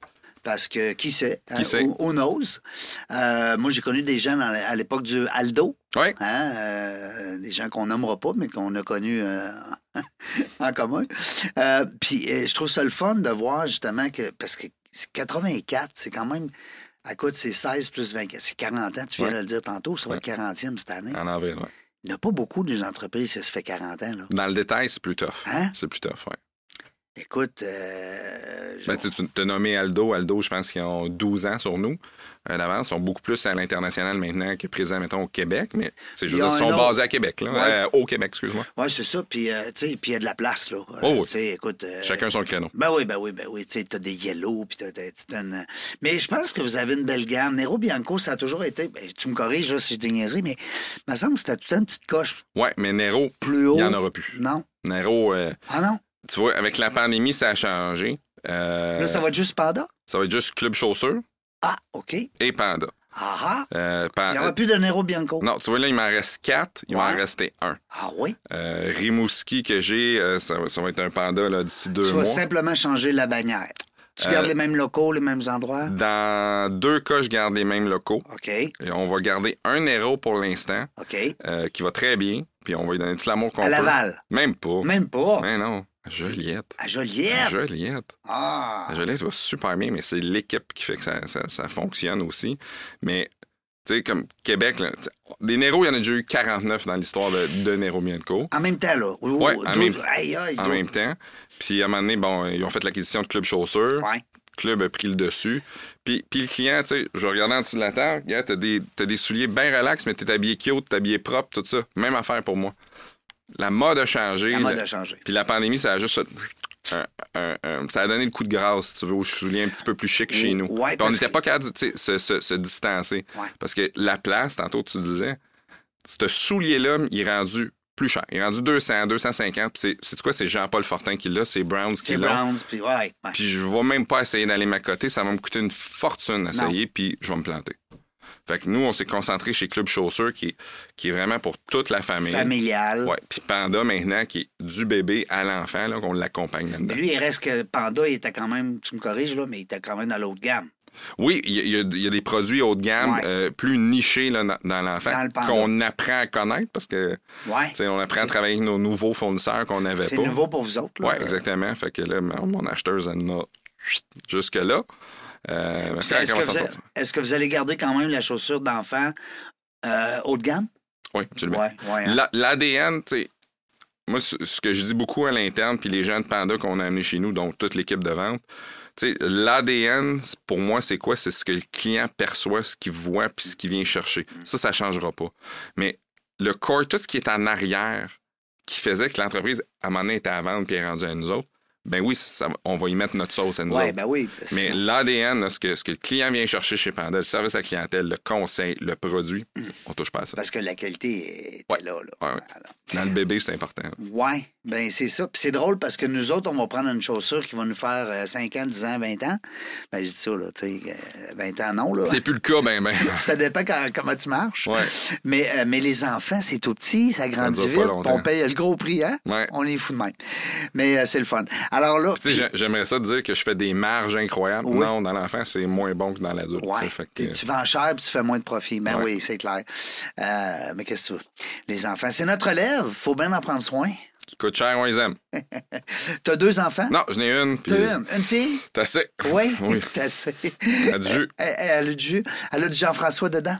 Speaker 1: Parce que qui sait? hein,
Speaker 2: Qui sait?
Speaker 1: On, on ose. Euh, moi, j'ai connu des gens dans la- à l'époque du Aldo.
Speaker 2: Ouais.
Speaker 1: hein, euh, des gens qu'on nommera pas, mais qu'on a connus euh, en commun. Euh, Puis euh, je trouve ça le fun de voir justement que, parce que c'est 84, c'est quand même, écoute, c'est 16 plus 24, c'est 40 ans, tu viens
Speaker 2: Ouais.
Speaker 1: de le dire tantôt, ça va être 40e cette année.
Speaker 2: En avril, ouais.
Speaker 1: Il n'y en a pas beaucoup des entreprises qui se fait 40 ans, là.
Speaker 2: Dans le détail, c'est plus tough.
Speaker 1: Hein?
Speaker 2: C'est plus tough, ouais.
Speaker 1: Écoute, euh, je-
Speaker 2: Ben, tu sais, tu t'as nommé Aldo. Aldo, je pense qu'ils ont 12 ans sur nous euh, d'avance. Ils sont beaucoup plus à l'international maintenant que présents, mettons, au Québec. Mais, tu sais, je veux
Speaker 1: Ils
Speaker 2: dire,
Speaker 1: ont
Speaker 2: ils
Speaker 1: un
Speaker 2: sont
Speaker 1: autre-
Speaker 2: basés à Québec, là.
Speaker 1: Ouais.
Speaker 2: Euh, au Québec, excuse-moi.
Speaker 1: ouais, c'est ça. Puis, euh, tu sais, puis il y a de la place, là. Euh,
Speaker 2: Oh oui.
Speaker 1: Tu sais, écoute. euh,
Speaker 2: Chacun son créneau.
Speaker 1: Ben oui, ben oui, ben oui. Tu sais, t'as des yellows, puis t'as, t'as- t'as une- Mais je pense que vous avez une belle gamme. Nero Bianco, ça a toujours été... Ben, tu me corriges, là, si je dis niaiserie, mais il me semble que c'était tout le temps une petite coche
Speaker 2: Ouais, mais Nero,
Speaker 1: plus haut.
Speaker 2: il n'y en aura plus.
Speaker 1: Non?
Speaker 2: Nero, euh,
Speaker 1: Ah non?
Speaker 2: tu tu vois, avec la pandémie, ça a changé. Euh,
Speaker 1: Là, ça va être juste Panda?
Speaker 2: ça va être juste Club Chaussures
Speaker 1: Ah, OK.
Speaker 2: et Panda.
Speaker 1: Ah, ah.
Speaker 2: Euh, Pan-
Speaker 1: Il n'y aura plus de Nero Bianco.
Speaker 2: Non, tu vois, là, il m'en reste quatre. Il va en
Speaker 1: Ouais.
Speaker 2: rester un.
Speaker 1: Ah oui?
Speaker 2: Euh, Rimouski que j'ai, euh, ça, va- ça va être un panda là, d'ici deux
Speaker 1: Tu vas
Speaker 2: mois.
Speaker 1: simplement changer la bannière. Tu
Speaker 2: Euh,
Speaker 1: gardes les mêmes locaux, les mêmes endroits?
Speaker 2: Dans deux cas, je garde les mêmes locaux.
Speaker 1: OK,
Speaker 2: Et on va garder un héros pour l'instant
Speaker 1: OK.
Speaker 2: euh, qui va très bien. Puis on va lui donner tout l'amour qu'on
Speaker 1: À
Speaker 2: peut. Oh.
Speaker 1: Laval?
Speaker 2: Même pas.
Speaker 1: Même pas.
Speaker 2: Mais non. Joliette.
Speaker 1: À Joliette?
Speaker 2: Joliette.
Speaker 1: Ah!
Speaker 2: Joliette va super bien, mais c'est l'équipe qui fait que ça, ça- ça fonctionne aussi. Mais, tu sais, comme Québec, là, tu sais, des Néros, il y en a déjà eu 49 dans l'histoire de, de Nero Mienko.
Speaker 1: En même temps, là. Ou-
Speaker 2: Ouais,
Speaker 1: ou-
Speaker 2: en
Speaker 1: d'où-
Speaker 2: même-
Speaker 1: aïe, aïe,
Speaker 2: en
Speaker 1: d'où-
Speaker 2: même temps. Puis à un moment donné, bon, ils ont fait l'acquisition de Club Chaussures.
Speaker 1: Ouais.
Speaker 2: Club a pris le dessus. Puis, puis le client, tu sais, je regardais en dessous de la table, regarde, t'as des, t'as des souliers bien relax, mais t'es habillé cute, t'es habillé propre, tout ça. Même affaire pour moi. La mode a changé.
Speaker 1: La mode
Speaker 2: Le-
Speaker 1: a changé.
Speaker 2: Puis la pandémie, ça a juste fait un- un- un- ça a donné le coup de grâce, si tu veux, aux souliers un petit peu plus chic chez nous.
Speaker 1: Ouais,
Speaker 2: Puis on
Speaker 1: parce
Speaker 2: n'était
Speaker 1: que-
Speaker 2: pas capable de tu sais, se, se- se distancer.
Speaker 1: Ouais.
Speaker 2: Parce que la place, tantôt, tu disais, ce soulier-là, il est rendu plus cher. Il est rendu 200, 250. Puis c'est c'est quoi? C'est Jean-Paul Fortin qui l'a, c'est Browns qui
Speaker 1: C'est
Speaker 2: l'a.
Speaker 1: Browns, puis ouais. ouais.
Speaker 2: Puis je vais même pas essayer d'aller m'accoter. Ça va me coûter une fortune à essayer, puis je vais me planter. Fait que nous, on s'est concentré chez Club Chaussures, qui, qui est vraiment pour toute la famille.
Speaker 1: Familial.
Speaker 2: Ouais. Puis Panda, maintenant, qui est du bébé à l'enfant, là, qu'on l'accompagne
Speaker 1: Mais
Speaker 2: là-dedans.
Speaker 1: lui, il reste que Panda, il était quand même, tu me corriges, là, mais il était quand même dans l'autre gamme.
Speaker 2: Oui, il y, a- il y a- il y a des produits haut de gamme,
Speaker 1: Ouais.
Speaker 2: euh, plus nichés là, dans, dans
Speaker 1: Dans
Speaker 2: l'enfant,
Speaker 1: le Panda.
Speaker 2: qu'on apprend à connaître parce que
Speaker 1: Ouais.
Speaker 2: tu sais, on apprend à travailler avec nos nouveaux fournisseurs qu'on n'avait pas.
Speaker 1: C'est nouveau pour vous autres, là.
Speaker 2: Oui, exactement. Fait que là, mon mon acheteuse, elle en a chut, jusque-là. Euh, parce qu'elle
Speaker 1: Est-ce que,
Speaker 2: commence à
Speaker 1: vous a-
Speaker 2: sortir.
Speaker 1: est-ce que vous allez garder quand même la chaussure d'enfant euh, haut de gamme?
Speaker 2: Oui, absolument.
Speaker 1: Ouais, ouais. hein.
Speaker 2: La- L'ADN, tu sais, moi, ce ce que je dis beaucoup à l'interne, puis les gens de Panda qu'on a amenés chez nous, donc toute l'équipe de vente, tu sais, l'ADN, c'est- pour moi, c'est quoi? C'est ce que le client perçoit, ce qu'il voit, puis ce qu'il vient chercher. Ça, ça changera pas. Mais le core, tout ce qui est en arrière, qui faisait que l'entreprise, à un moment donné, était à vendre puis est rendue à nous autres, ben oui, ça- ça- on va y mettre notre sauce à nous
Speaker 1: Ouais,
Speaker 2: autres.
Speaker 1: ben oui.
Speaker 2: Mais l'ADN, ce que, ce que le client vient chercher chez Panda, le service à la clientèle, le conseil, le produit, on touche pas à ça.
Speaker 1: Mm. Parce que la qualité était
Speaker 2: Ouais.
Speaker 1: là, là.
Speaker 2: Ouais, ouais. Dans le bébé, c'est important.
Speaker 1: Oui, ben c'est ça. Puis c'est drôle parce que nous autres, on va prendre une chaussure qui va nous faire euh, 5 ans, 10 ans, 20 ans. Ben je dis ça, là, tu sais, euh, 20 ans, non, là.
Speaker 2: C'est plus le cas, ben, ben.
Speaker 1: Ça dépend quand- comment tu marches.
Speaker 2: Ouais.
Speaker 1: Mais, euh, mais les enfants, c'est tout petit, ça grandit
Speaker 2: dure pas
Speaker 1: vite, puis
Speaker 2: longtemps.
Speaker 1: on paye le gros prix, hein?
Speaker 2: Ouais.
Speaker 1: On est fou de même. Mais euh, c'est le fun. Alors là,
Speaker 2: Tu sais, j'ai- j'aimerais ça te dire que je fais des marges incroyables.
Speaker 1: Oui.
Speaker 2: Non, dans l'enfant, c'est moins bon que dans l'adulte. tu
Speaker 1: Ouais.
Speaker 2: sais, fait que-
Speaker 1: T'es- Tu vends cher puis tu fais moins de profit. Ben
Speaker 2: Ouais.
Speaker 1: oui, c'est clair. Euh, mais qu'est-ce que tu veux? Les enfants, c'est notre élève. Faut bien en prendre soin.
Speaker 2: qui coûte cher, on les aime.
Speaker 1: T'as deux enfants?
Speaker 2: Non, je n'ai une. puis-
Speaker 1: T'as Eh. une, une fille?
Speaker 2: T'as assez.
Speaker 1: Oui,
Speaker 2: Oui.
Speaker 1: t'as assez.
Speaker 2: Elle a du jus.
Speaker 1: Elle, elle a du jus. Elle a du Jean-François dedans.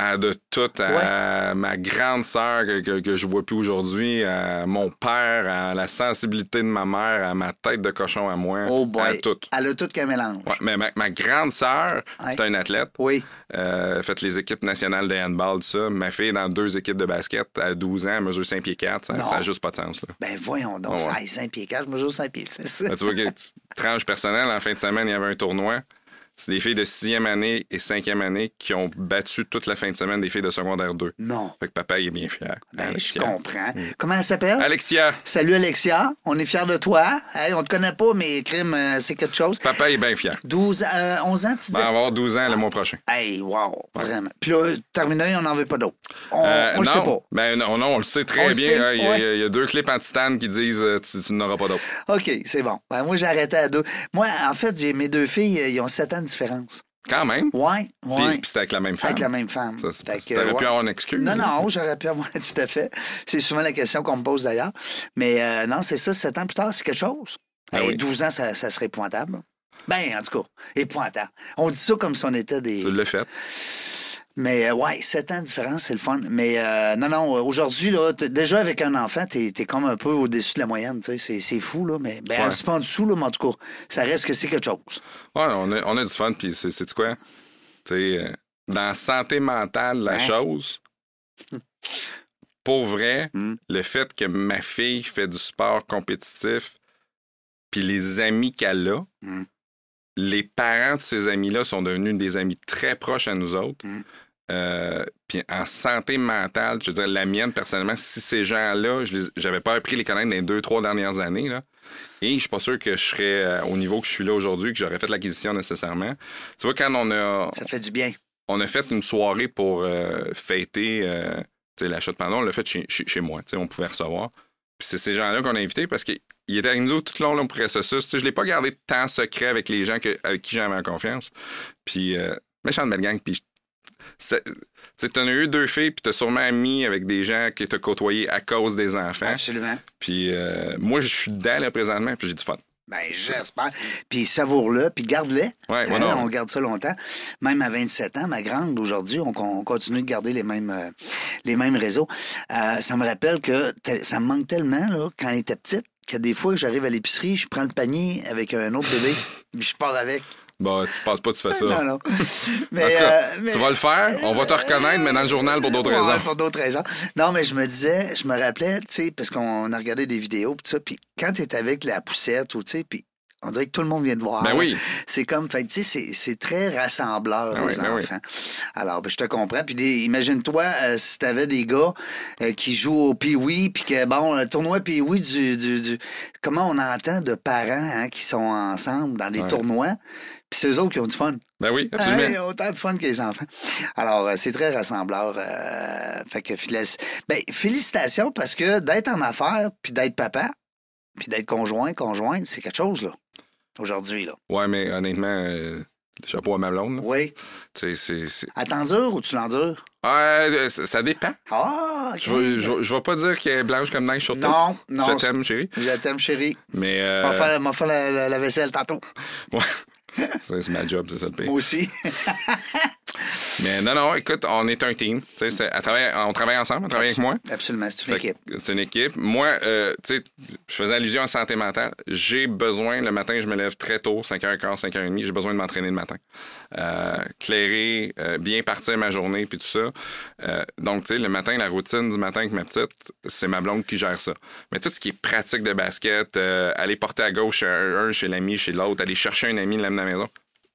Speaker 2: À de tout, à ma grande sœur que, que, que je vois plus aujourd'hui, à mon père, à la sensibilité de ma mère, à ma tête de cochon à moi.
Speaker 1: Oh boy.
Speaker 2: À tout.
Speaker 1: Elle a tout qu'un mélange.
Speaker 2: Ouais, mais ma, ma grande sœur,
Speaker 1: Ouais.
Speaker 2: c'est un athlète.
Speaker 1: Oui.
Speaker 2: Euh, fait les équipes nationales de handball, tout ça. Ma fille est dans deux équipes de basket à 12 ans, elle mesure 5 pieds 4. Ça
Speaker 1: Non.
Speaker 2: n'a juste pas de sens. Là.
Speaker 1: Ben voyons donc.
Speaker 2: Ah ouais.
Speaker 1: Ça, 5 pieds 4, je mesure 5 pieds 6.
Speaker 2: Là, Ben, tu vois, que, tranche personnelle, en fin de semaine, il y avait un tournoi. C'est des filles de sixième année et cinquième année qui ont battu toute la fin de semaine des filles de secondaire 2.
Speaker 1: Non.
Speaker 2: Fait que papa, il est bien fier.
Speaker 1: Ben, je
Speaker 2: Alexia. Mm.
Speaker 1: comprends. Comment elle s'appelle?
Speaker 2: Alexia,
Speaker 1: Salut Alexia, on est fiers de toi. Hey, on te connaît pas, mais crime, euh, c'est quelque chose.
Speaker 2: papa est bien fier.
Speaker 1: 12, euh, 11 ans, tu dis?
Speaker 2: On va avoir 12 ans le mois prochain.
Speaker 1: Hey, wow, vraiment. Puis là, terminé, on n'en veut pas d'autre. On,
Speaker 2: Euh,
Speaker 1: on le
Speaker 2: non.
Speaker 1: sait pas.
Speaker 2: Ben, non, non, on le sait très
Speaker 1: On le
Speaker 2: bien.
Speaker 1: sait,
Speaker 2: hein. il, y a,
Speaker 1: ouais.
Speaker 2: il y a- il y a deux clips en titane qui disent euh, tu, tu n'auras pas d'autre.
Speaker 1: OK, c'est bon. Ben, moi, j'ai arrêté à deux. Moi, en fait, j'ai mes deux filles, euh, ils ont 7 ans de différence.
Speaker 2: Quand même.
Speaker 1: Ouais,
Speaker 2: Puis,
Speaker 1: ouais.
Speaker 2: puis c'était avec la même femme.
Speaker 1: Avec la même femme.
Speaker 2: Ça, c'est-
Speaker 1: Fait que,
Speaker 2: t'aurais pu
Speaker 1: ouais.
Speaker 2: avoir une excuse.
Speaker 1: Non, non, j'aurais pu avoir tout à fait. C'est souvent la question qu'on me pose d'ailleurs. Mais euh, non, c'est ça, 7 ans plus tard, c'est quelque chose.
Speaker 2: Ah
Speaker 1: Hey,
Speaker 2: oui.
Speaker 1: 12 ans, ça, ça serait épouvantable. là. Ben, en tout cas, épouvantable. On dit ça comme si on était des.
Speaker 2: Tu l'as fait.
Speaker 1: Mais euh, ouais, 7 ans de différence, c'est le fun. Mais euh, non, non, euh, aujourd'hui, là, t'es- déjà avec un enfant, t'es es comme un peu au-dessus de la moyenne, tu sais. C'est- C'est fou, là. Mais ben,
Speaker 2: Ouais.
Speaker 1: c'est pas en dessous, là, mais en tout cas, ça reste que c'est quelque chose.
Speaker 2: Ouais, on a, on a du fun, puis c'est c'est-tu quoi? Tu sais, euh, dans santé mentale, la
Speaker 1: Hein?
Speaker 2: chose, pour vrai,
Speaker 1: Hmm.
Speaker 2: le fait que ma fille fait du sport compétitif, puis les amis qu'elle a,
Speaker 1: Hmm.
Speaker 2: les parents de ces amis-là sont devenus des amis très proches à nous autres.
Speaker 1: Hmm.
Speaker 2: Euh, puis en santé mentale, je veux dire, la mienne, personnellement, si ces gens-là, je les- j'avais pas appris à les connaître dans les deux, trois dernières années, là, et je suis pas sûr que je serais euh, au niveau que je suis là aujourd'hui, que j'aurais fait l'acquisition nécessairement. Tu vois, quand on a,
Speaker 1: Ça fait du bien.
Speaker 2: on a fait une soirée pour euh, fêter euh, tu sais, l'achat de panneau. On l'a fait chez, chez, chez moi. tu sais, On pouvait recevoir. Puis c'est ces gens-là qu'on a invités parce qu'ils étaient avec nous tout le long là, au processus. Tu sais, je ne l'ai pas gardé tant secret avec les gens que- avec qui j'avais en confiance. Puis, euh, méchante belle gang. Puis, je- c'est- tu sais, t'en as eu deux filles, puis t'as sûrement mis avec des gens qui t'ont côtoyé à cause des
Speaker 1: Ah,
Speaker 2: enfants.
Speaker 1: Absolument.
Speaker 2: Puis, euh, moi, je suis dedans là, présentement, puis j'ai du fun.
Speaker 1: Ben, j'espère. Puis savoure-le, puis garde-le.
Speaker 2: Ouais,
Speaker 1: Hein,
Speaker 2: moi non.
Speaker 1: on garde ça longtemps. Même à 27 ans, ma grande, aujourd'hui, on, on continue de garder les mêmes, euh, les mêmes réseaux. Euh, ça me rappelle que tel- ça me manque tellement, là, quand elle était petite, que des fois, j'arrive à l'épicerie, je prends le panier avec un autre bébé, puis je pars avec.
Speaker 2: Bah, tu penses pas que tu fais ça.
Speaker 1: Ah, Non, non. Mais,
Speaker 2: En tout cas,
Speaker 1: euh, mais-
Speaker 2: tu vas le faire. On va te reconnaître, mais dans le journal pour d'autres
Speaker 1: Ouais, ben,
Speaker 2: raisons.
Speaker 1: Pour d'autres raisons. Non, mais je me disais, je me rappelais, tu sais, parce qu'on a regardé des vidéos, pis ça, puis quand tu es avec la poussette, ou tu sais, puis on dirait que tout le monde vient de voir.
Speaker 2: Ben oui.
Speaker 1: C'est comme, fait que, tu sais, c'est- c'est très rassembleur
Speaker 2: Ah
Speaker 1: des
Speaker 2: oui, ben oui.
Speaker 1: enfants. Alors, ben, je te comprends. Puis des- imagine-toi euh, si t'avais des gars euh, qui jouent au pee-wee, puis que, bon, le tournoi pee-wee du, du, du- Comment on entend de parents hein, qui sont ensemble dans des
Speaker 2: Ouais.
Speaker 1: tournois, puis c'est eux autres qui ont du fun.
Speaker 2: Ben oui,
Speaker 1: Hey,
Speaker 2: absolument.
Speaker 1: autant de fun que les enfants. Alors, euh, c'est très rassembleur. euh, fait que félici- ben, félicitations parce que d'être en affaires, puis d'être papa, puis d'être conjoint, conjointe, c'est quelque chose, là. Aujourd'hui, là.
Speaker 2: Ouais, mais honnêtement, euh, le chapeau à ma blonde. là.
Speaker 1: Oui.
Speaker 2: Tu sais, c'est- c'est-
Speaker 1: À t'endures ou tu l'endures?
Speaker 2: Ah, euh, ça ça dépend.
Speaker 1: Ah, ok.
Speaker 2: Je vais- je vais- je vais pas dire qu'elle est blanche comme neige sur tout.
Speaker 1: Non, non.
Speaker 2: Je t'aime, chérie.
Speaker 1: Je t'aime, chérie.
Speaker 2: Mais.
Speaker 1: On
Speaker 2: euh,
Speaker 1: va faire, on va faire la, la- la vaisselle tantôt.
Speaker 2: ouais. C'est c'est ma job, c'est ça le pire.
Speaker 1: Moi aussi.
Speaker 2: Mais non, non, écoute, on est un team. Tu sais, c'est- elle travaille- on travaille ensemble, elle travaille avec moi.
Speaker 1: Absolument, c'est une
Speaker 2: Fait
Speaker 1: équipe.
Speaker 2: que C'est une équipe. Moi, euh, tu sais, je faisais allusion à santé mentale. J'ai besoin, le matin, je me lève très tôt, 5h15, 5h30, j'ai besoin de m'entraîner le matin. Euh, clairer, euh, bien partir ma journée, puis tout ça. Euh, donc, tu sais, le matin, la routine du matin avec ma petite, c'est ma blonde qui gère ça. Mais tout ce qui est pratique de basket, euh, aller porter à gauche un, un chez l'ami, chez l'autre, aller chercher un ami, l'amener à la maison,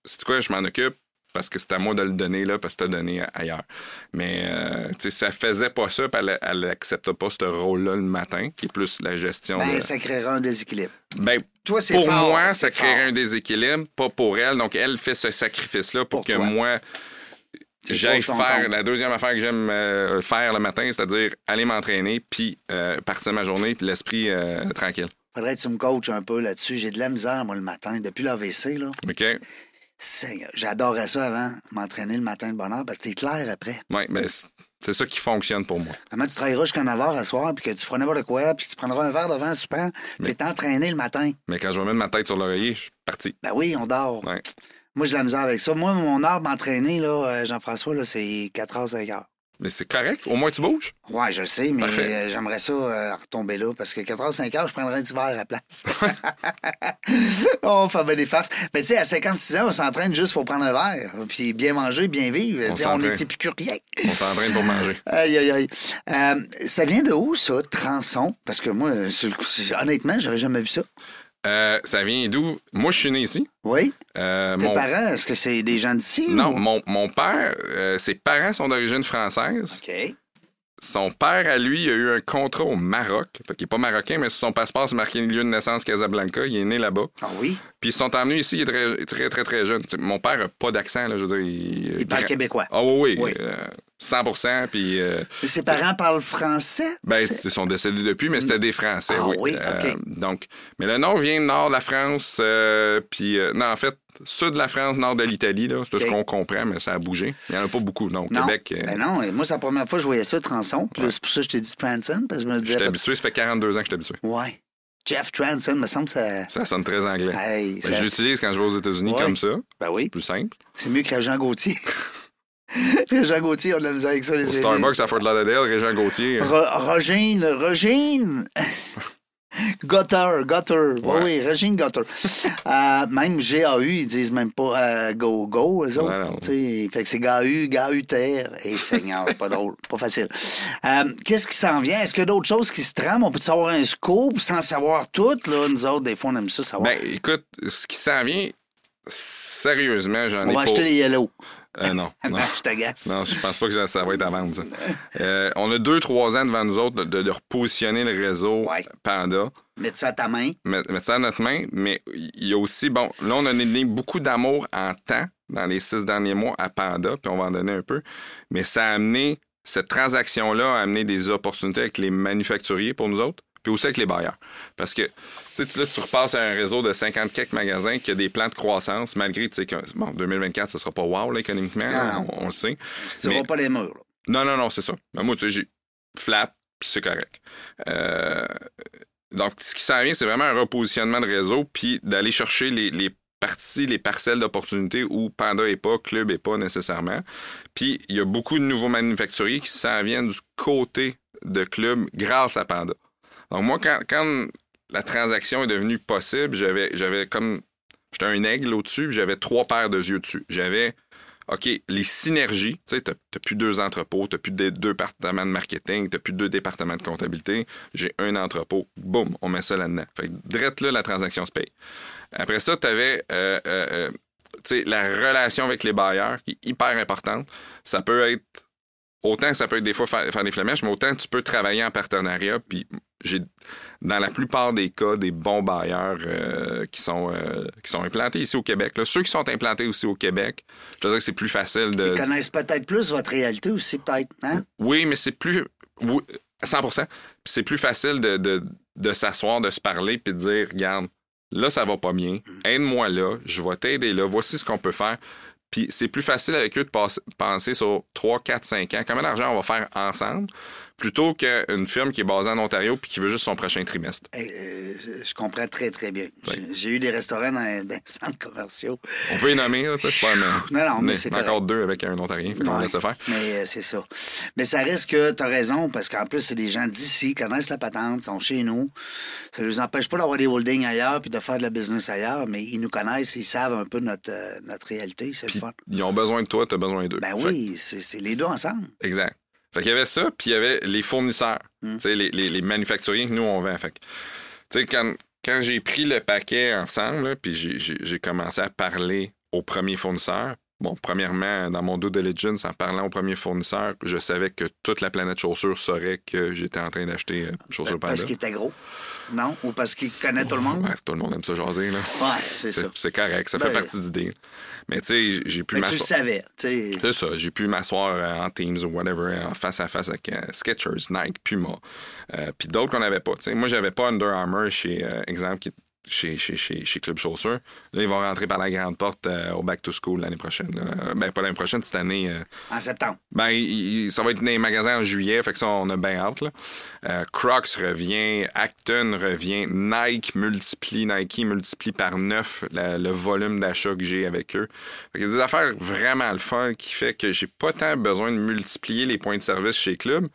Speaker 2: c'est quoi, je m'en occupe parce que c'est à moi de le donner là, parce que t'as donné a- ailleurs. Mais euh, tu sais, ça faisait pas ça, puis elle, elle accepte pas ce rôle-là le matin, qui est plus la gestion
Speaker 1: Ben,
Speaker 2: de-
Speaker 1: ça créera un déséquilibre.
Speaker 2: Ben,
Speaker 1: Toi, c'est
Speaker 2: pour
Speaker 1: fort,
Speaker 2: moi,
Speaker 1: c'est
Speaker 2: ça créerait
Speaker 1: fort.
Speaker 2: un déséquilibre, pas pour elle. Donc, elle fait ce sacrifice-là pour,
Speaker 1: Pour
Speaker 2: que
Speaker 1: toi.
Speaker 2: moi,
Speaker 1: Tu
Speaker 2: j'aille
Speaker 1: poses ton
Speaker 2: faire
Speaker 1: temps.
Speaker 2: la deuxième affaire que j'aime euh, faire le matin, c'est-à-dire aller m'entraîner, puis euh, partir ma journée, puis l'esprit euh, tranquille.
Speaker 1: Faudrait que tu me coaches un peu là-dessus. J'ai de la misère, moi, le matin. Depuis l'AVC, là.
Speaker 2: OK? Ouais,
Speaker 1: Seigneur, J'adorais ça avant, m'entraîner le matin de bonne heure, parce que t'es clair après.
Speaker 2: ben, c'est- c'est ça qui fonctionne pour moi.
Speaker 1: Comment tu travailleras jusqu'à 9 h à soir, puis que tu feras n'importe quoi, puis que tu prendras un verre devant, super. T'es entraîné le matin.
Speaker 2: Mais quand je vais mettre ma tête sur l'oreiller, je suis parti.
Speaker 1: Ben oui, on dort.
Speaker 2: Ouais.
Speaker 1: Moi, j'ai de la misère avec ça. Moi, mon heure m'entraîner, là, euh, Jean-François, là, c'est 4 h 5 h
Speaker 2: Mais c'est correct. Au moins, tu bouges.
Speaker 1: Ouais, je le sais, mais
Speaker 2: Parfait.
Speaker 1: euh, j'aimerais ça euh, retomber là, parce que 4 h 5 h je prendrais un petit verre à la place. on fait bien des farces. Mais tu sais, à 56 ans, on s'entraîne juste pour prendre un verre, puis bien manger, bien vivre.
Speaker 2: On
Speaker 1: Tu sais, On,
Speaker 2: s'entraîne.
Speaker 1: est épicurien.
Speaker 2: On s'entraîne pour manger.
Speaker 1: Aïe, aïe, aïe. Euh, ça vient de où, ça, Transon? Parce que moi, euh, sur le coup, c'est- honnêtement, j'avais jamais vu ça.
Speaker 2: Euh, ça vient d'où? Moi, je suis né ici.
Speaker 1: Oui?
Speaker 2: Euh,
Speaker 1: Tes
Speaker 2: mon...
Speaker 1: parents, est-ce que c'est des gens d'ici?
Speaker 2: Non,
Speaker 1: ou-
Speaker 2: mon, mon père, euh, ses parents sont d'origine française.
Speaker 1: OK.
Speaker 2: Son père, à lui, il a eu un contrat au Maroc. Fait qu'il n'est pas marocain, mais sur son passeport, c'est marqué lieu de naissance Casablanca. Il est né là-bas.
Speaker 1: Ah oui?
Speaker 2: Puis ils sont emmenés ici, il est très, très, très, très jeune. Tu sais, mon père n'a pas d'accent, là, je veux dire. Il,
Speaker 1: Ils parlent
Speaker 2: grand-
Speaker 1: québécois.
Speaker 2: Ah oui, oui.
Speaker 1: Oui.
Speaker 2: euh, 100 puis euh,
Speaker 1: Mais Ses parents parlent français?
Speaker 2: ben,
Speaker 1: C'est-
Speaker 2: ils sont décédés depuis, mais c'était des Français,
Speaker 1: Ah
Speaker 2: oui. Euh,
Speaker 1: oui, ok.
Speaker 2: donc, mais le nom vient nord de la France, euh, puis euh, non, en fait, sud de la France, nord de l'Italie, là, c'est
Speaker 1: Ok.
Speaker 2: ce qu'on comprend, mais ça a bougé. Il n'y en a pas beaucoup, non.
Speaker 1: non.
Speaker 2: Québec, euh,
Speaker 1: Ben non, et moi, c'est la première fois que je voyais ça, Transon. Puis là, c'est pour ça que je t'ai dit Transon, parce que je me
Speaker 2: je
Speaker 1: disais.
Speaker 2: suis habitué, ça fait 42 ans que je suis habitué.
Speaker 1: Ouais. Jeff Transon, me semble que ça.
Speaker 2: Ça sonne très anglais.
Speaker 1: Hey,
Speaker 2: Ben,
Speaker 1: ça-
Speaker 2: je l'utilise quand je vais aux États-Unis
Speaker 1: Ouais.
Speaker 2: comme ça,
Speaker 1: Ben oui.
Speaker 2: plus simple.
Speaker 1: C'est mieux que Jean Gauthier. Jean Gauthier, on a de la misère avec ça, les
Speaker 2: Au Starbucks à Fort Lauderdale, Régent Gauthier. euh,
Speaker 1: Ro- Rogine, Rogine! Gutter, Gutter. Oui,
Speaker 2: Ouais.
Speaker 1: oui, Rogine Gutter. Euh, même GAU, ils disent même pas euh, Go, Go, eux
Speaker 2: Ouais, non.
Speaker 1: autres. Tu sais, fait que c'est GAU, GAUTR. Et Eh, Seigneur, pas drôle, pas facile. Euh, Qu'est-ce qui s'en vient? Est-ce qu'il y a d'autres choses qui se trament? On peut savoir un scoop sans savoir tout, là. Nous autres, des fois, on aime ça savoir.
Speaker 2: Ben, écoute, ce qui s'en vient, sérieusement, j'en
Speaker 1: on
Speaker 2: ai
Speaker 1: va
Speaker 2: pas.
Speaker 1: acheter les Yellow.
Speaker 2: Euh, non. non.
Speaker 1: je t'agace.
Speaker 2: Non, je pense pas que ça, ça va être à vendre, ça. Euh, on a deux, trois ans devant nous autres de, de- de repositionner le réseau
Speaker 1: Ouais.
Speaker 2: Panda,
Speaker 1: Mets ça à ta main.
Speaker 2: mettre, mettre ça à notre main, mais il y a aussi, bon, là, on a donné beaucoup d'amour en temps dans les six derniers mois à Panda, puis on va en donner un peu, mais ça a amené, cette transaction-là a amené des opportunités avec les manufacturiers pour nous autres, puis aussi avec les bailleurs. Parce que, tu sais, là, tu repasses à un réseau de 50 quelques magasins qui a des plans de croissance, malgré, tu sais, que, bon, 2024, ce sera pas wow, là, économiquement,
Speaker 1: Ah Non, non.
Speaker 2: on- on le sait.
Speaker 1: Tu ne
Speaker 2: Mais-
Speaker 1: pas les murs. là.
Speaker 2: Non, non, non, c'est ça. Mais moi, tu sais, j'ai flat, puis c'est correct. Euh, donc, ce qui s'en vient, c'est vraiment un repositionnement de réseau, puis d'aller chercher les, les parties, les parcelles d'opportunités où Panda est pas, Club est pas nécessairement. Puis, il y a beaucoup de nouveaux manufacturiers qui s'en viennent du côté de Club grâce à Panda. Donc, moi, quand, quand la transaction est devenue possible, j'avais, j'avais comme. J'étais un aigle au-dessus, puis j'avais trois paires de yeux dessus. J'avais. OK, les synergies, tu sais, t'as t'as plus deux entrepôts, t'as plus des- deux départements de marketing, t'as plus deux départements de comptabilité, j'ai un entrepôt, boum, on met ça là-dedans. Fait que, drette là, la transaction se paye. Après ça, t'avais, euh, euh, euh, tu sais, la relation avec les bailleurs qui est hyper importante. Ça peut être, autant que ça peut être des fois faire, faire des flamèches, mais autant tu peux travailler en partenariat, puis j'ai, dans la plupart des cas, des bons bailleurs euh, qui, sont, euh, qui sont implantés ici au Québec. là. Ceux qui sont implantés aussi au Québec, je te dirais que c'est plus facile de...
Speaker 1: Ils connaissent peut-être plus votre réalité aussi, peut-être. Hein?
Speaker 2: Oui, mais c'est plus. oui, 100 Puis c'est plus facile de, de- de s'asseoir, de se parler, puis de dire regarde, là, ça va pas bien,
Speaker 1: Mm.
Speaker 2: aide-moi là, je vais t'aider là, voici ce qu'on peut faire. Puis c'est plus facile avec eux de passer- penser sur 3, 4, 5 ans, combien d'argent on va faire ensemble, plutôt qu'une firme qui est basée en Ontario puis qui veut juste son prochain trimestre.
Speaker 1: Eh, euh, je comprends très, très bien. J'ai- J'ai eu des restaurants dans, dans les centres commerciaux.
Speaker 2: On peut y nommer, là, tu sais, c'est pas un-
Speaker 1: Non, non, mais c'est correct.
Speaker 2: encore deux avec un Ontarien, fait qu'on
Speaker 1: Ouais,
Speaker 2: laisse faire.
Speaker 1: Mais euh, c'est ça. Mais ça reste que tu as raison, parce qu'en plus, c'est des gens d'ici, connaissent la patente, sont chez nous. Ça ne les empêche pas d'avoir des holdings ailleurs puis de faire de la business ailleurs, mais ils nous connaissent, ils savent un peu notre, euh, notre réalité, c'est le
Speaker 2: Puis
Speaker 1: fun.
Speaker 2: ils ont besoin de toi, t'as besoin d'eux.
Speaker 1: Ben
Speaker 2: Fait
Speaker 1: oui, c'est c'est les deux ensemble.
Speaker 2: Exact. Fait qu'il y avait ça, puis il y avait les fournisseurs,
Speaker 1: Mm.
Speaker 2: tu sais, les, les, les manufacturiers que nous, on vend. Fait que, tu sais, quand, quand j'ai pris le paquet ensemble, là, puis j'ai- j'ai j'ai commencé à parler aux premiers fournisseurs, bon, premièrement, dans mon due diligence, en parlant aux premiers fournisseurs, je savais que toute la planète chaussures saurait que j'étais en train d'acheter euh, chaussures Panda.
Speaker 1: Ben, Parce qu'ils étaient gros. Non? Ou parce qu'ils connaissent tout le monde?
Speaker 2: Ouais, tout le monde aime ça jaser, là.
Speaker 1: Ouais, c'est ça.
Speaker 2: C'est c'est correct, ça
Speaker 1: Ben-
Speaker 2: fait partie du deal. Mais tu sais, j'ai pu
Speaker 1: Mais tu le
Speaker 2: m'asseoir-
Speaker 1: savais, tu sais.
Speaker 2: c'est ça, j'ai pu m'asseoir euh, en Teams ou whatever, en face à face avec euh, Skechers, Nike, Puma, euh, puis d'autres qu'on n'avait pas. tu sais. Moi, j'avais pas Under Armour chez, euh, exemple, qui- chez, chez, chez, chez Club Chaussures. Là, ils vont rentrer par la grande porte euh, au Back to School l'année prochaine. là. Euh, Ben, pas l'année prochaine, cette année. euh,
Speaker 1: En septembre.
Speaker 2: ben, il- il- ça va être dans les magasins en juillet, fait que ça, on a bien hâte. Là. Euh, Crocs revient, Acton revient, Nike multiplie, Nike multiplie par 9 le volume d'achat que j'ai avec eux. Fait que des affaires vraiment le fun qui fait que j'ai pas tant besoin de multiplier les points de service chez Club.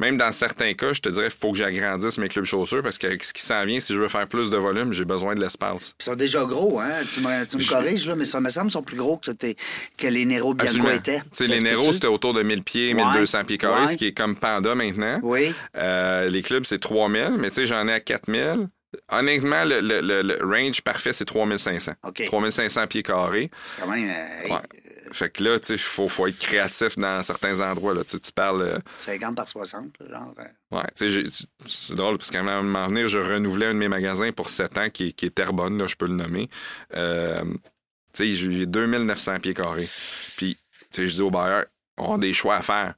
Speaker 2: Même dans certains cas, je te dirais, il faut que j'agrandisse mes clubs chaussures parce qu'avec ce qui s'en vient, si je veux faire plus de volume, j'ai besoin de l'espace.
Speaker 1: Ils sont déjà gros, hein? Tu me, tu me corriges, là, mais ça me semble qu'ils sont plus gros que, tes- que les Nero Bianco
Speaker 2: Absolument.
Speaker 1: étaient.
Speaker 2: Tu sais,
Speaker 1: Ça
Speaker 2: les
Speaker 1: se
Speaker 2: Nero,
Speaker 1: peut-tu?
Speaker 2: c'était autour de 1000 pieds,
Speaker 1: Ouais.
Speaker 2: 1200 pieds carrés,
Speaker 1: Ouais.
Speaker 2: ce qui est comme Panda maintenant.
Speaker 1: Oui.
Speaker 2: Euh, les clubs, c'est 3000, mais tu sais, j'en ai à 4000. Honnêtement, le, le- le- le range parfait, c'est 3500.
Speaker 1: OK.
Speaker 2: 3500 pieds carrés.
Speaker 1: C'est quand même. euh, hey,
Speaker 2: Ouais. Fait que là, tu sais, faut, faut être créatif dans certains endroits. Là. Tu, sais, tu parles. euh,
Speaker 1: 50 par 60, genre. euh,
Speaker 2: ouais, tu sais, j'ai- tu- c'est drôle parce qu'à m'en venir, je renouvelais un de mes magasins pour 7 ans qui, est- qui est Terrebonne, là, je peux le nommer. Euh, tu sais, j'ai 2900 pieds carrés. Puis, tu sais, je dis au bailleur, on a des choix à faire.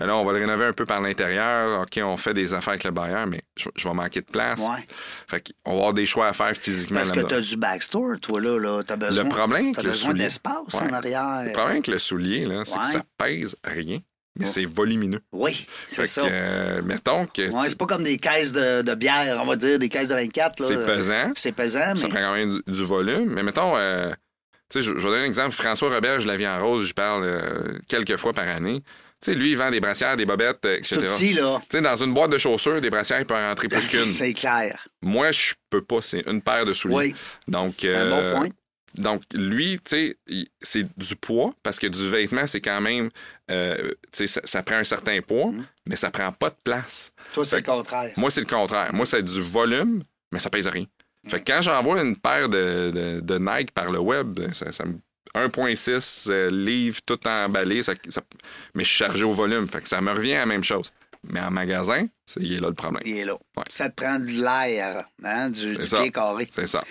Speaker 2: Mais là, on va le rénover un peu par l'intérieur. OK, on fait des affaires avec le bailleur, mais je, je vais manquer de place.
Speaker 1: Ouais.
Speaker 2: Fait qu'on va avoir des choix à faire physiquement
Speaker 1: Parce que
Speaker 2: là-dedans.
Speaker 1: tu as du backstore, toi, là. là t'as besoin,
Speaker 2: Le problème avec
Speaker 1: t'as
Speaker 2: le
Speaker 1: besoin
Speaker 2: soulier-
Speaker 1: d'espace
Speaker 2: Ouais.
Speaker 1: en arrière.
Speaker 2: Le problème avec le soulier, là, c'est que
Speaker 1: Ouais.
Speaker 2: ça pèse rien, mais
Speaker 1: Ouais.
Speaker 2: c'est volumineux.
Speaker 1: Oui, c'est
Speaker 2: Fait
Speaker 1: ça.
Speaker 2: que, euh, mettons que
Speaker 1: Ouais,
Speaker 2: tu-
Speaker 1: c'est pas comme des caisses de, de bière, on va dire, des caisses de 24. là.
Speaker 2: c'est pesant,
Speaker 1: C'est pesant,
Speaker 2: ça
Speaker 1: Ah, mais.
Speaker 2: prend quand même du, du volume, mais mettons, euh, tu sais, je, je vais donner un exemple. François Robert, je la vie en rose, je parle euh, quelques fois par année. Tu sais, lui, il vend des brassières, des bobettes, euh,
Speaker 1: C'est tout
Speaker 2: etc. Tu
Speaker 1: petit, là.
Speaker 2: sais, dans une boîte de chaussures, des brassières, il peut en rentrer plus qu'une.
Speaker 1: C'est clair.
Speaker 2: Moi, je peux pas, c'est une paire de souliers.
Speaker 1: Oui,
Speaker 2: Donc,
Speaker 1: un
Speaker 2: euh,
Speaker 1: bon point.
Speaker 2: Donc, lui, tu sais, il- c'est du poids, parce que du vêtement, c'est quand même, euh, tu sais, ça, ça prend un certain poids,
Speaker 1: Mm.
Speaker 2: mais ça prend pas de place.
Speaker 1: Toi, c'est
Speaker 2: fait
Speaker 1: le contraire.
Speaker 2: Moi, c'est le contraire. Moi, c'est du volume, mais ça pèse rien. Fait que quand j'envoie une paire de, de, de Nike par le web, ça, ça me 1,6 euh, livres tout emballé, ça- ça- mais je suis chargé au volume. Fait que ça me revient à la même chose. Mais en magasin, c'est il est là le problème.
Speaker 1: Il est là.
Speaker 2: Ouais.
Speaker 1: Ça te prend de l'air, hein, du, du
Speaker 2: C'est ça.
Speaker 1: pied carré.
Speaker 2: C'est ça.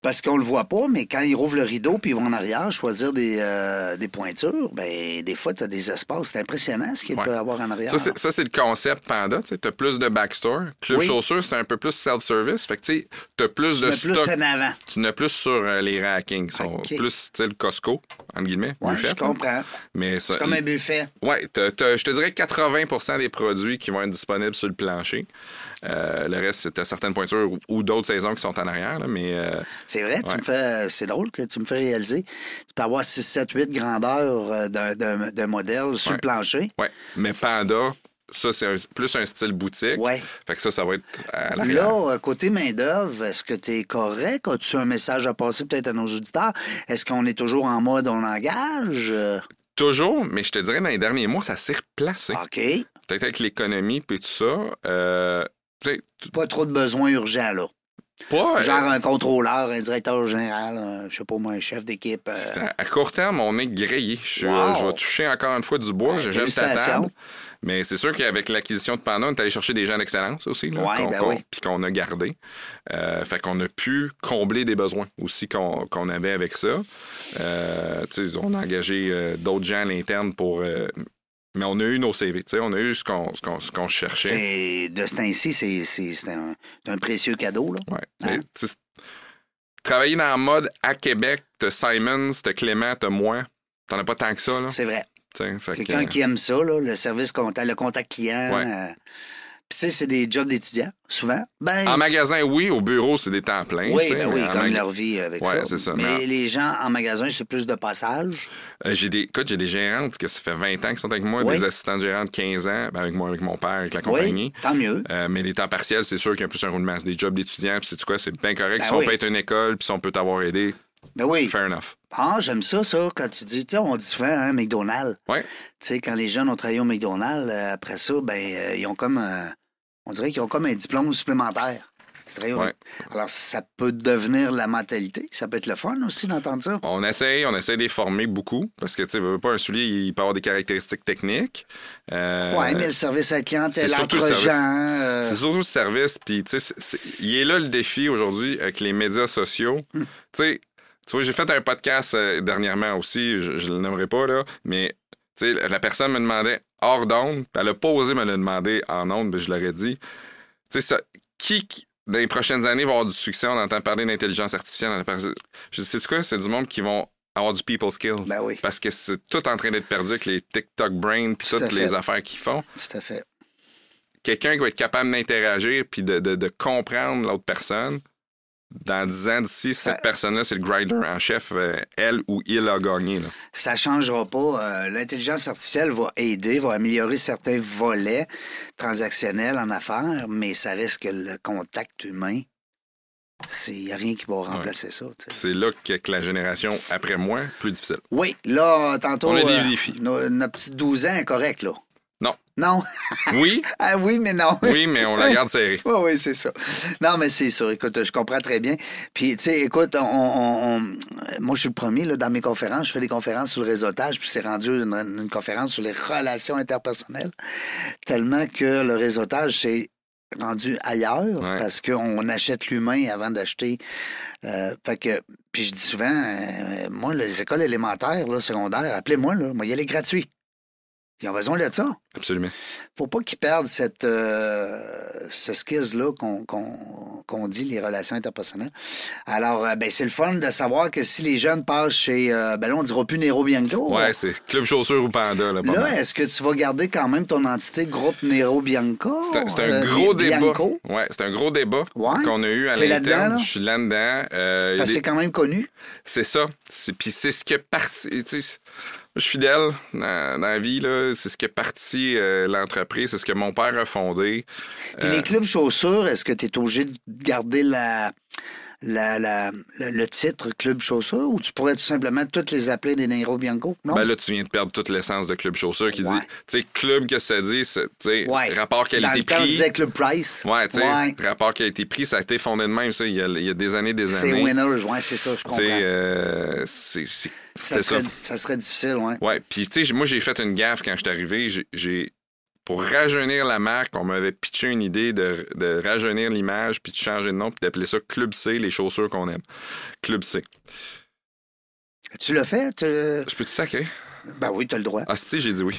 Speaker 1: Parce qu'on le voit pas, mais quand ils rouvrent le rideau puis ils vont en arrière choisir des, euh, des pointures, ben des fois, tu as des espaces. C'est impressionnant ce qu'il
Speaker 2: Ouais.
Speaker 1: peut avoir en arrière.
Speaker 2: Ça, c'est- ça, c'est le concept Panda. Tu as plus de backstore. Club
Speaker 1: Oui.
Speaker 2: Chaussures, c'est un peu plus self-service. Fait que tu as plus de
Speaker 1: Mais plus
Speaker 2: stock.
Speaker 1: en avant.
Speaker 2: Tu n'as plus sur euh, les rackings. Ils sont
Speaker 1: Ok.
Speaker 2: plus style Costco, entre guillemets.
Speaker 1: Ouais,
Speaker 2: buffet,
Speaker 1: je
Speaker 2: là.
Speaker 1: comprends.
Speaker 2: Mais ça,
Speaker 1: C'est comme un buffet.
Speaker 2: Ouais, t'as- t'as- je te dirais 80 des produits qui vont être disponibles sur le plancher. Euh, le reste, tu as certaines pointures ou, ou d'autres saisons qui sont en arrière. là, mais euh,
Speaker 1: C'est vrai, tu
Speaker 2: Ouais.
Speaker 1: me fais. euh, C'est drôle que tu me fais réaliser. Tu peux avoir 6, 7, 8 grandeurs euh, d'un- d'un d'un modèle sur le
Speaker 2: Ouais.
Speaker 1: plancher.
Speaker 2: ouais. mais Panda, ça, c'est un- plus un style boutique.
Speaker 1: Ouais.
Speaker 2: Fait que ça, ça va être à l'arrière.
Speaker 1: Là, euh, côté main-d'œuvre, est-ce que tu es correct? As-tu un message à passer peut-être à nos auditeurs? Est-ce qu'on est toujours en mode on engage? Euh,
Speaker 2: Toujours, mais je te dirais, dans les derniers mois, ça s'est replacé.
Speaker 1: OK.
Speaker 2: Peut-être avec l'économie puis tout ça. euh, tu sais, tu-
Speaker 1: Pas trop de besoins urgents, là.
Speaker 2: pas, euh,
Speaker 1: Genre un contrôleur, un directeur général, un- je sais pas moi, un chef d'équipe. euh,
Speaker 2: à, à court terme, on est grillé. Je, suis- euh,
Speaker 1: Wow.
Speaker 2: je vais toucher encore une fois du bois.
Speaker 1: Ouais,
Speaker 2: J'aime ta
Speaker 1: félicitations.
Speaker 2: table. Mais c'est sûr qu'avec l'acquisition de Panda, on est allé chercher des gens d'excellence aussi, là,
Speaker 1: Ouais,
Speaker 2: qu'on,
Speaker 1: ben
Speaker 2: qu'on-
Speaker 1: oui.
Speaker 2: puis qu'on a gardé. Euh, fait qu'on a pu combler des besoins aussi qu'on, qu'on avait avec ça. Euh, tu sais, on a engagé euh, d'autres gens à l'interne pour. euh, mais on a eu nos CV, tu sais, on a eu ce qu'on, ce qu'on, ce qu'on cherchait.
Speaker 1: c'est- de ce temps-ci, c'est- c'est c'est un, c'est un précieux cadeau, là.
Speaker 2: Ouais.
Speaker 1: Hein?
Speaker 2: Mais, tu sais, travailler dans la mode à Québec, t'as Simon, t'as Clément, t'as moi. T'en as pas tant que ça, là.
Speaker 1: C'est vrai.
Speaker 2: tu sais, Ah. fait que,
Speaker 1: Quelqu'un
Speaker 2: euh,
Speaker 1: qui aime ça, là, le service comptable, le contact client.
Speaker 2: Ouais.
Speaker 1: euh, Puis, tu sais, c'est des jobs d'étudiants, souvent. Ben,
Speaker 2: En magasin, oui. Au bureau, c'est des temps pleins.
Speaker 1: oui,
Speaker 2: tu sais,
Speaker 1: ben
Speaker 2: mais
Speaker 1: oui,
Speaker 2: en
Speaker 1: comme
Speaker 2: maga-
Speaker 1: leur vie avec
Speaker 2: Ouais,
Speaker 1: ça.
Speaker 2: c'est ça,
Speaker 1: Mais
Speaker 2: mais en-
Speaker 1: les gens en magasin, c'est plus de passage.
Speaker 2: Euh, j'ai des, écoute, j'ai des gérantes que ça fait 20 ans qu'ils sont avec moi,
Speaker 1: Oui.
Speaker 2: des assistantes gérantes de 15 ans, ben, avec moi, avec mon père, avec la
Speaker 1: Oui,
Speaker 2: compagnie.
Speaker 1: tant mieux.
Speaker 2: Euh, mais les temps partiels, c'est sûr qu'il y a plus un roulement. C'est des jobs d'étudiants, puis c'est quoi, c'est bien correct.
Speaker 1: Ben
Speaker 2: si
Speaker 1: oui.
Speaker 2: on peut être une école, puis si on peut t'avoir aidé,
Speaker 1: Ben oui.
Speaker 2: fair enough.
Speaker 1: Ah, j'aime ça, ça, quand tu dis, tu sais, on dit souvent, hein, McDonald's.
Speaker 2: Ouais.
Speaker 1: Tu sais, quand les jeunes ont travaillé au McDonald's, euh, après ça, ben, euh, ils ont comme. euh, on dirait qu'ils ont comme un diplôme supplémentaire. Ils travaillent au-
Speaker 2: Ouais.
Speaker 1: Alors, ça peut devenir la mentalité. Ça peut être le fun aussi d'entendre ça.
Speaker 2: On essaye, on essaye de les former beaucoup, parce que, tu sais, veux, veux pas un soulier, il peut avoir des caractéristiques techniques. Euh,
Speaker 1: Oui, mais le service à la clientèle,
Speaker 2: c'est surtout le
Speaker 1: entre
Speaker 2: service.
Speaker 1: gens. euh,
Speaker 2: C'est surtout le service. Puis, tu sais, c'est- c'est- il est là le défi aujourd'hui avec les médias sociaux.
Speaker 1: Hmm.
Speaker 2: tu sais, tu vois, j'ai fait un podcast euh, dernièrement aussi, je, je le nommerai pas, là, mais tu sais, la- la personne me demandait hors d'onde, puis elle a pas osé me le demander en onde, puis je l'aurais dit. Tu sais, ça- qui, qui- dans les prochaines années, va avoir du succès? On entend parler d'intelligence artificielle. on entend parler- Je sais quoi? C'est du monde qui vont avoir du people skills.
Speaker 1: Ben oui.
Speaker 2: Parce que c'est tout en train d'être perdu avec les TikTok brain puis
Speaker 1: Tout à
Speaker 2: toutes
Speaker 1: fait.
Speaker 2: les affaires qu'ils font
Speaker 1: Tout à fait.
Speaker 2: quelqu'un qui va être capable d'interagir puis de, de- de comprendre l'autre personne, dans 10 ans d'ici, cette
Speaker 1: Ça-
Speaker 2: personne-là, c'est le grinder en chef, euh, elle ou il a gagné. là.
Speaker 1: ça changera pas. Euh, L'intelligence artificielle va aider, va améliorer certains volets transactionnels en affaires, mais ça reste que le contact humain, il n'y a rien qui va remplacer ça. tu sais.
Speaker 2: C'est là que, que la génération après moi, plus difficile.
Speaker 1: Oui, là, tantôt.
Speaker 2: On a des
Speaker 1: euh,
Speaker 2: défis.
Speaker 1: no- notre petit 12 ans est correct, là.
Speaker 2: Non.
Speaker 1: Non?
Speaker 2: Oui,
Speaker 1: ah oui, mais non.
Speaker 2: oui, mais on la garde serrée.
Speaker 1: Oui, oui, c'est ça. Non, mais c'est sûr. Écoute, je comprends très bien. Puis, tu sais, écoute, on, on- on- moi, je suis le premier là, dans mes conférences. Je fais des conférences sur le réseautage, puis c'est rendu une, une conférence sur les relations interpersonnelles. Tellement que le réseautage, c'est rendu ailleurs
Speaker 2: Ouais.
Speaker 1: parce qu'on achète l'humain avant d'acheter. euh, fait que, puis je dis souvent, euh, moi, les écoles élémentaires, là, secondaires, appelez-moi, là, moi, y aller gratuit. Ils ont besoin de ça
Speaker 2: Absolument.
Speaker 1: faut pas qu'ils perdent cette, euh, ce skills-là qu'on qu'on- qu'on dit, les relations interpersonnelles. Alors, euh, ben, c'est le fun de savoir que si les jeunes passent chez, euh, ben là, on dira plus Nero Bianco.
Speaker 2: Ouais, c'est Club Chaussures ou Panda. Là, pas mal.
Speaker 1: Là, est-ce que tu vas garder quand même ton entité groupe Nero Bianco?
Speaker 2: C'est un, c'est un
Speaker 1: Euh,
Speaker 2: gros
Speaker 1: Bi-
Speaker 2: débat.
Speaker 1: Bianco?
Speaker 2: Ouais, c'est un gros débat
Speaker 1: Ouais.
Speaker 2: qu'on a eu à
Speaker 1: T'es là-dedans,
Speaker 2: l'interne.
Speaker 1: là?
Speaker 2: Je suis là-dedans. Euh, il y a
Speaker 1: Parce que
Speaker 2: des-
Speaker 1: c'est quand même connu.
Speaker 2: C'est ça. C'est- Puis c'est ce qui est parti. tu sais, c'est- je suis fidèle dans, dans la vie. là. C'est ce qui est parti euh, l'entreprise. C'est ce que mon père a fondé. Euh.
Speaker 1: Puis les clubs chaussures, est-ce que tu es obligé de garder la, la, la- la- le titre Club Chaussures ou tu pourrais tout simplement toutes les appeler des Nero Bianco? Non?
Speaker 2: Ben là, tu viens de perdre toute l'essence de Club Chaussure qui
Speaker 1: Oh. Ouais.
Speaker 2: dit, tu sais, club, que ça dit, c'est, tu sais,
Speaker 1: Ouais.
Speaker 2: rapport
Speaker 1: Dans le temps, on
Speaker 2: qualité-prix.
Speaker 1: disait Club Price.
Speaker 2: Ouais, tu sais, rapport qualité-prix, ça a été fondé de même, ça, il y a, il y a des années, des
Speaker 1: C'est
Speaker 2: années.
Speaker 1: winners, ouais, c'est ça, je
Speaker 2: Tu
Speaker 1: comprends.
Speaker 2: sais, euh, c'est c'est-
Speaker 1: ça,
Speaker 2: c'est ça.
Speaker 1: serait, ça serait difficile, ouais.
Speaker 2: Ouais, puis tu sais, j'ai- moi j'ai fait une gaffe quand je suis arrivé. J'ai- J'ai pour rajeunir la marque, on m'avait pitché une idée de, de rajeunir l'image, puis de changer de nom, puis d'appeler ça Club C, les chaussures qu'on aime. Club C.
Speaker 1: Tu l'as fait? tu-
Speaker 2: Je peux te sacrer?
Speaker 1: Ben oui, t'as le droit.
Speaker 2: Ah, si, j'ai dit oui.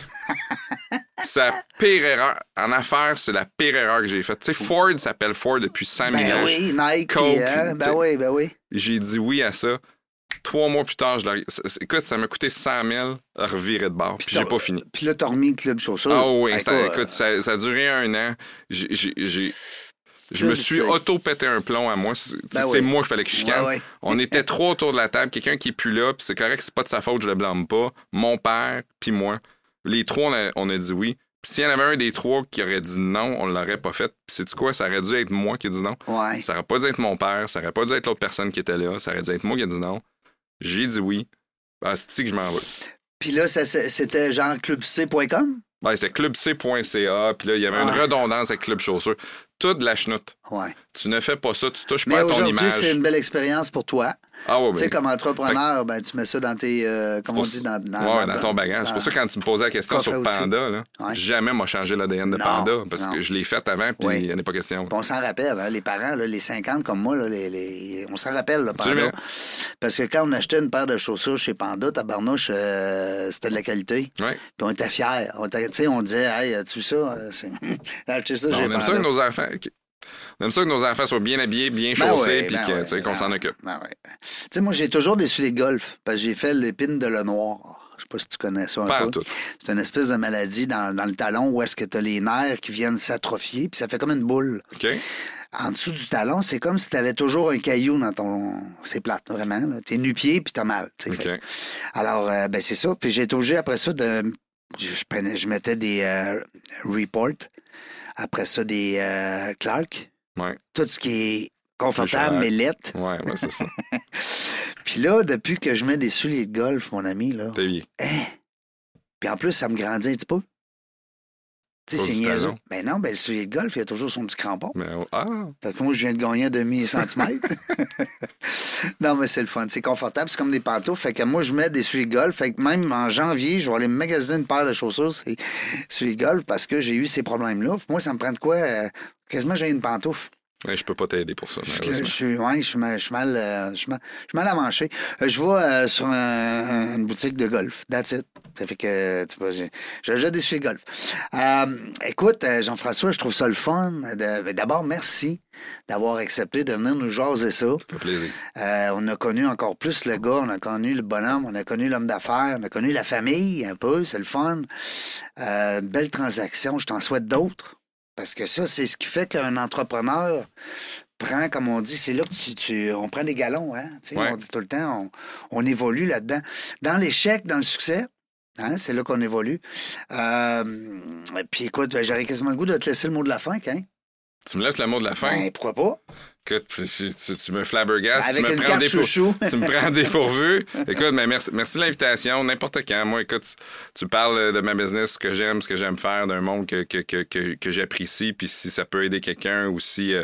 Speaker 2: c'est la pire erreur. En affaires, c'est la pire erreur que j'ai faite. Tu sais, Ford s'appelle Ford depuis 100 000
Speaker 1: Ben
Speaker 2: ans.
Speaker 1: oui, Nike.
Speaker 2: Coke,
Speaker 1: et, hein, ben
Speaker 2: t'sais.
Speaker 1: oui, ben oui.
Speaker 2: J'ai dit oui à ça. Trois mois plus tard, je l'ai- c'est- c'est- écoute, ça m'a coûté 100 000 à revirer de bord, puis j'ai
Speaker 1: t'as-
Speaker 2: pas fini.
Speaker 1: Puis là, t'as remis Club Chaussures.
Speaker 2: Ah oui,
Speaker 1: Ben,
Speaker 2: c'était-
Speaker 1: quoi,
Speaker 2: écoute, ça, ça a duré un an. J'ai- j'ai- j'ai- je
Speaker 1: Là,
Speaker 2: me
Speaker 1: je
Speaker 2: suis
Speaker 1: sais.
Speaker 2: auto-pété un plomb à moi. C'est
Speaker 1: Ben
Speaker 2: c'est
Speaker 1: oui.
Speaker 2: moi qu'il fallait que je chicane.
Speaker 1: Ouais, ouais.
Speaker 2: On était trois autour de la table. Quelqu'un qui est plus là, puis c'est correct, c'est pas de sa faute, je le blâme pas. Mon père, puis moi. Les trois, on a, on a dit oui. Puis s'il y en avait un des trois qui aurait dit non, on l'aurait pas fait. Puis sais-tu quoi? Ça aurait dû être moi qui ai dit non.
Speaker 1: Ouais.
Speaker 2: Ça aurait pas dû être mon père. Ça aurait pas dû être l'autre personne qui était là. Ça aurait dû être moi qui ai dit non. J'ai dit oui. Ah, c'est que je m'en veux.
Speaker 1: Puis là, ça, ça- c'était genre clubc.com?
Speaker 2: Ouais, c'était clubc.ca, puis là, il y avait une
Speaker 1: Ouais.
Speaker 2: redondance avec Club Chaussures. Tout de la chenoute.
Speaker 1: Ouais.
Speaker 2: Tu ne fais pas ça, tu touches
Speaker 1: Mais
Speaker 2: pas à ton
Speaker 1: aujourd'hui, c'est
Speaker 2: image.
Speaker 1: une belle expérience pour toi.
Speaker 2: Ah ouais,
Speaker 1: Tu
Speaker 2: ben,
Speaker 1: sais, comme entrepreneur, ben, tu mets ça dans tes. euh, comme
Speaker 2: pour-
Speaker 1: on dit, dans, dans,
Speaker 2: ouais, dans ton bagage. C'est pour ça que quand tu me posais la question
Speaker 1: coffre à
Speaker 2: sur
Speaker 1: outils.
Speaker 2: Panda, là,
Speaker 1: Ouais.
Speaker 2: jamais m'a changé l'ADN de
Speaker 1: Non,
Speaker 2: Panda, parce
Speaker 1: non.
Speaker 2: que je l'ai fait avant, puis
Speaker 1: Oui.
Speaker 2: il n'y en a pas question.
Speaker 1: Puis on s'en rappelle, hein, les parents, là, les 50 comme moi, là, les, les- on s'en rappelle, là, Panda.
Speaker 2: Absolument.
Speaker 1: Parce que quand on achetait une paire de chaussures chez Panda, tabarnouche, euh, c'était de la qualité.
Speaker 2: Ouais.
Speaker 1: Puis on était fiers. On, était- tu sais, on disait, hey, as-tu ça? Euh, C'est- Ah, J'ai acheté ça,
Speaker 2: Non,
Speaker 1: j'ai
Speaker 2: Ben, on aime
Speaker 1: Panda.
Speaker 2: ça que nos enfants... On aime ça que nos enfants soient bien habillés, bien
Speaker 1: Ben
Speaker 2: chaussés,
Speaker 1: ouais,
Speaker 2: puis
Speaker 1: ben
Speaker 2: que,
Speaker 1: ouais,
Speaker 2: tu sais, qu'on
Speaker 1: ben
Speaker 2: s'en
Speaker 1: ouais,
Speaker 2: occupe.
Speaker 1: ben ouais. Tu sais, moi, j'ai toujours déçu les golfs parce que j'ai fait l'épine de Lenoir. Je sais pas si tu connais ça un
Speaker 2: Pas en
Speaker 1: peu.
Speaker 2: tout.
Speaker 1: C'est une espèce de maladie dans, dans le talon où est-ce que tu as les nerfs qui viennent s'atrophier, puis ça fait comme une boule.
Speaker 2: OK?
Speaker 1: En dessous du talon, c'est comme si tu avais toujours un caillou dans ton. C'est plate, vraiment. Tu es nu-pied, puis tu as mal. tu sais.
Speaker 2: OK.
Speaker 1: Fait- Alors, euh, ben, c'est ça. Puis j'ai été obligé après ça de. Je, je prenais- je mettais des euh, reports, après ça des euh, Clark,
Speaker 2: Ouais,
Speaker 1: tout ce qui est confortable,
Speaker 2: Chirac.
Speaker 1: mais lettre.
Speaker 2: ouais, ouais, c'est ça.
Speaker 1: Puis là, depuis que je mets des souliers de golf, mon ami, là.
Speaker 2: T'es bien.
Speaker 1: Puis en plus, ça me grandit un petit peu. Tu sais,
Speaker 2: Pas
Speaker 1: c'est
Speaker 2: du
Speaker 1: niaiseux.
Speaker 2: talon.
Speaker 1: Mais non, ben, le soulier de golf, il a toujours son petit crampon.
Speaker 2: Mais, ah,
Speaker 1: Fait que moi, je viens de gagner un demi-centimètre. non, mais c'est le fun. C'est confortable. C'est comme des pantoufles. Fait que moi, je mets des souliers de golf. Fait que même en janvier, je vais aller me magasiner une paire de chaussures sur souliers de golf parce que j'ai eu ces problèmes-là. Puis Moi, ça me prend de quoi? euh, quasiment, j'ai une pantoufle.
Speaker 2: ouais, je peux pas t'aider pour ça,
Speaker 1: Je, je
Speaker 2: malheureusement.
Speaker 1: suis, ouais, je suis mal, je suis mal, euh, je suis mal, je suis mal amanché. Euh, Je vais euh, sur un- une boutique de golf. That's it. Ça fait que, tu vois, j'ai- j'ai déjà des sujets golf. Euh, écoute, euh, Jean-François, je trouve ça le fun. De- D'abord, merci d'avoir accepté de venir nous jaser ça.
Speaker 2: Ça fait plaisir.
Speaker 1: Euh, on a connu encore plus le gars, on a connu le bonhomme, on a connu l'homme d'affaires, on a connu la famille un peu, c'est le fun. Euh, une belle transaction, je t'en souhaite d'autres. Parce que ça, c'est ce qui fait qu'un entrepreneur prend, comme on dit, c'est là que tu, tu- on prend des galons, hein. tu sais,
Speaker 2: Ouais.
Speaker 1: On dit tout le temps, on, on évolue là-dedans. Dans l'échec, dans le succès, hein, c'est là qu'on évolue. Euh, puis écoute, ben, j'aurais quasiment le goût de te laisser le mot de la fin, hein?
Speaker 2: Tu me laisses le mot de la fin?
Speaker 1: Ben, pourquoi pas?
Speaker 2: Écoute, tu, tu- tu me flabbergasses.
Speaker 1: Avec
Speaker 2: tu me
Speaker 1: une
Speaker 2: prends
Speaker 1: carte
Speaker 2: des pour-
Speaker 1: chouchou.
Speaker 2: tu me prends dépourvu. Écoute, mais merci, merci de l'invitation. N'importe quand. Moi, écoute, tu parles de ma business, ce que j'aime, ce que j'aime faire, d'un monde que, que, que, que, que j'apprécie. Puis si ça peut aider quelqu'un ou si euh,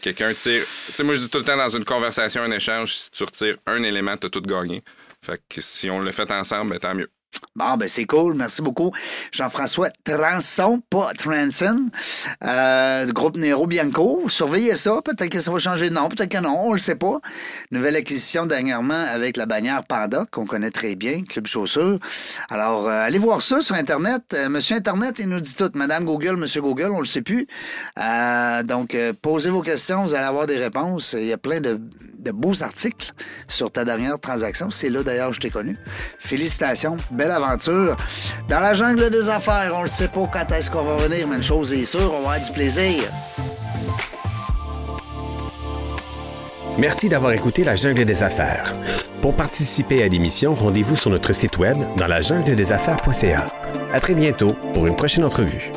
Speaker 2: quelqu'un tire. Tu sais, moi, je dis tout le temps dans une conversation, un échange, si tu retires un élément, tu as tout gagné. Fait que si on le fait ensemble, ben, tant mieux.
Speaker 1: Bon, ben c'est cool. Merci beaucoup. Jean-François Transon, pas Transon, euh, du groupe Nero Bianco. Surveillez ça. Peut-être que ça va changer de nom, peut-être que non, on le sait pas. Nouvelle acquisition dernièrement avec la bannière Panda, qu'on connaît très bien, Club Chaussures. Alors, euh, allez voir ça sur Internet. Euh, Monsieur Internet, il nous dit tout. Madame Google, Monsieur Google, on le sait plus. Euh, donc, euh, posez vos questions, vous allez avoir des réponses. Il y a plein de, de beaux articles sur ta dernière transaction. C'est là d'ailleurs que je t'ai connu. Félicitations, belle aventure. Dans la jungle des affaires, on ne sait pas quand est-ce qu'on va revenir, mais une chose est sûre, on va avoir du plaisir.
Speaker 3: Merci d'avoir écouté La Jungle des Affaires. Pour participer à l'émission, rendez-vous sur notre site web dans la jungle des affaires.ca. À très bientôt pour une prochaine entrevue.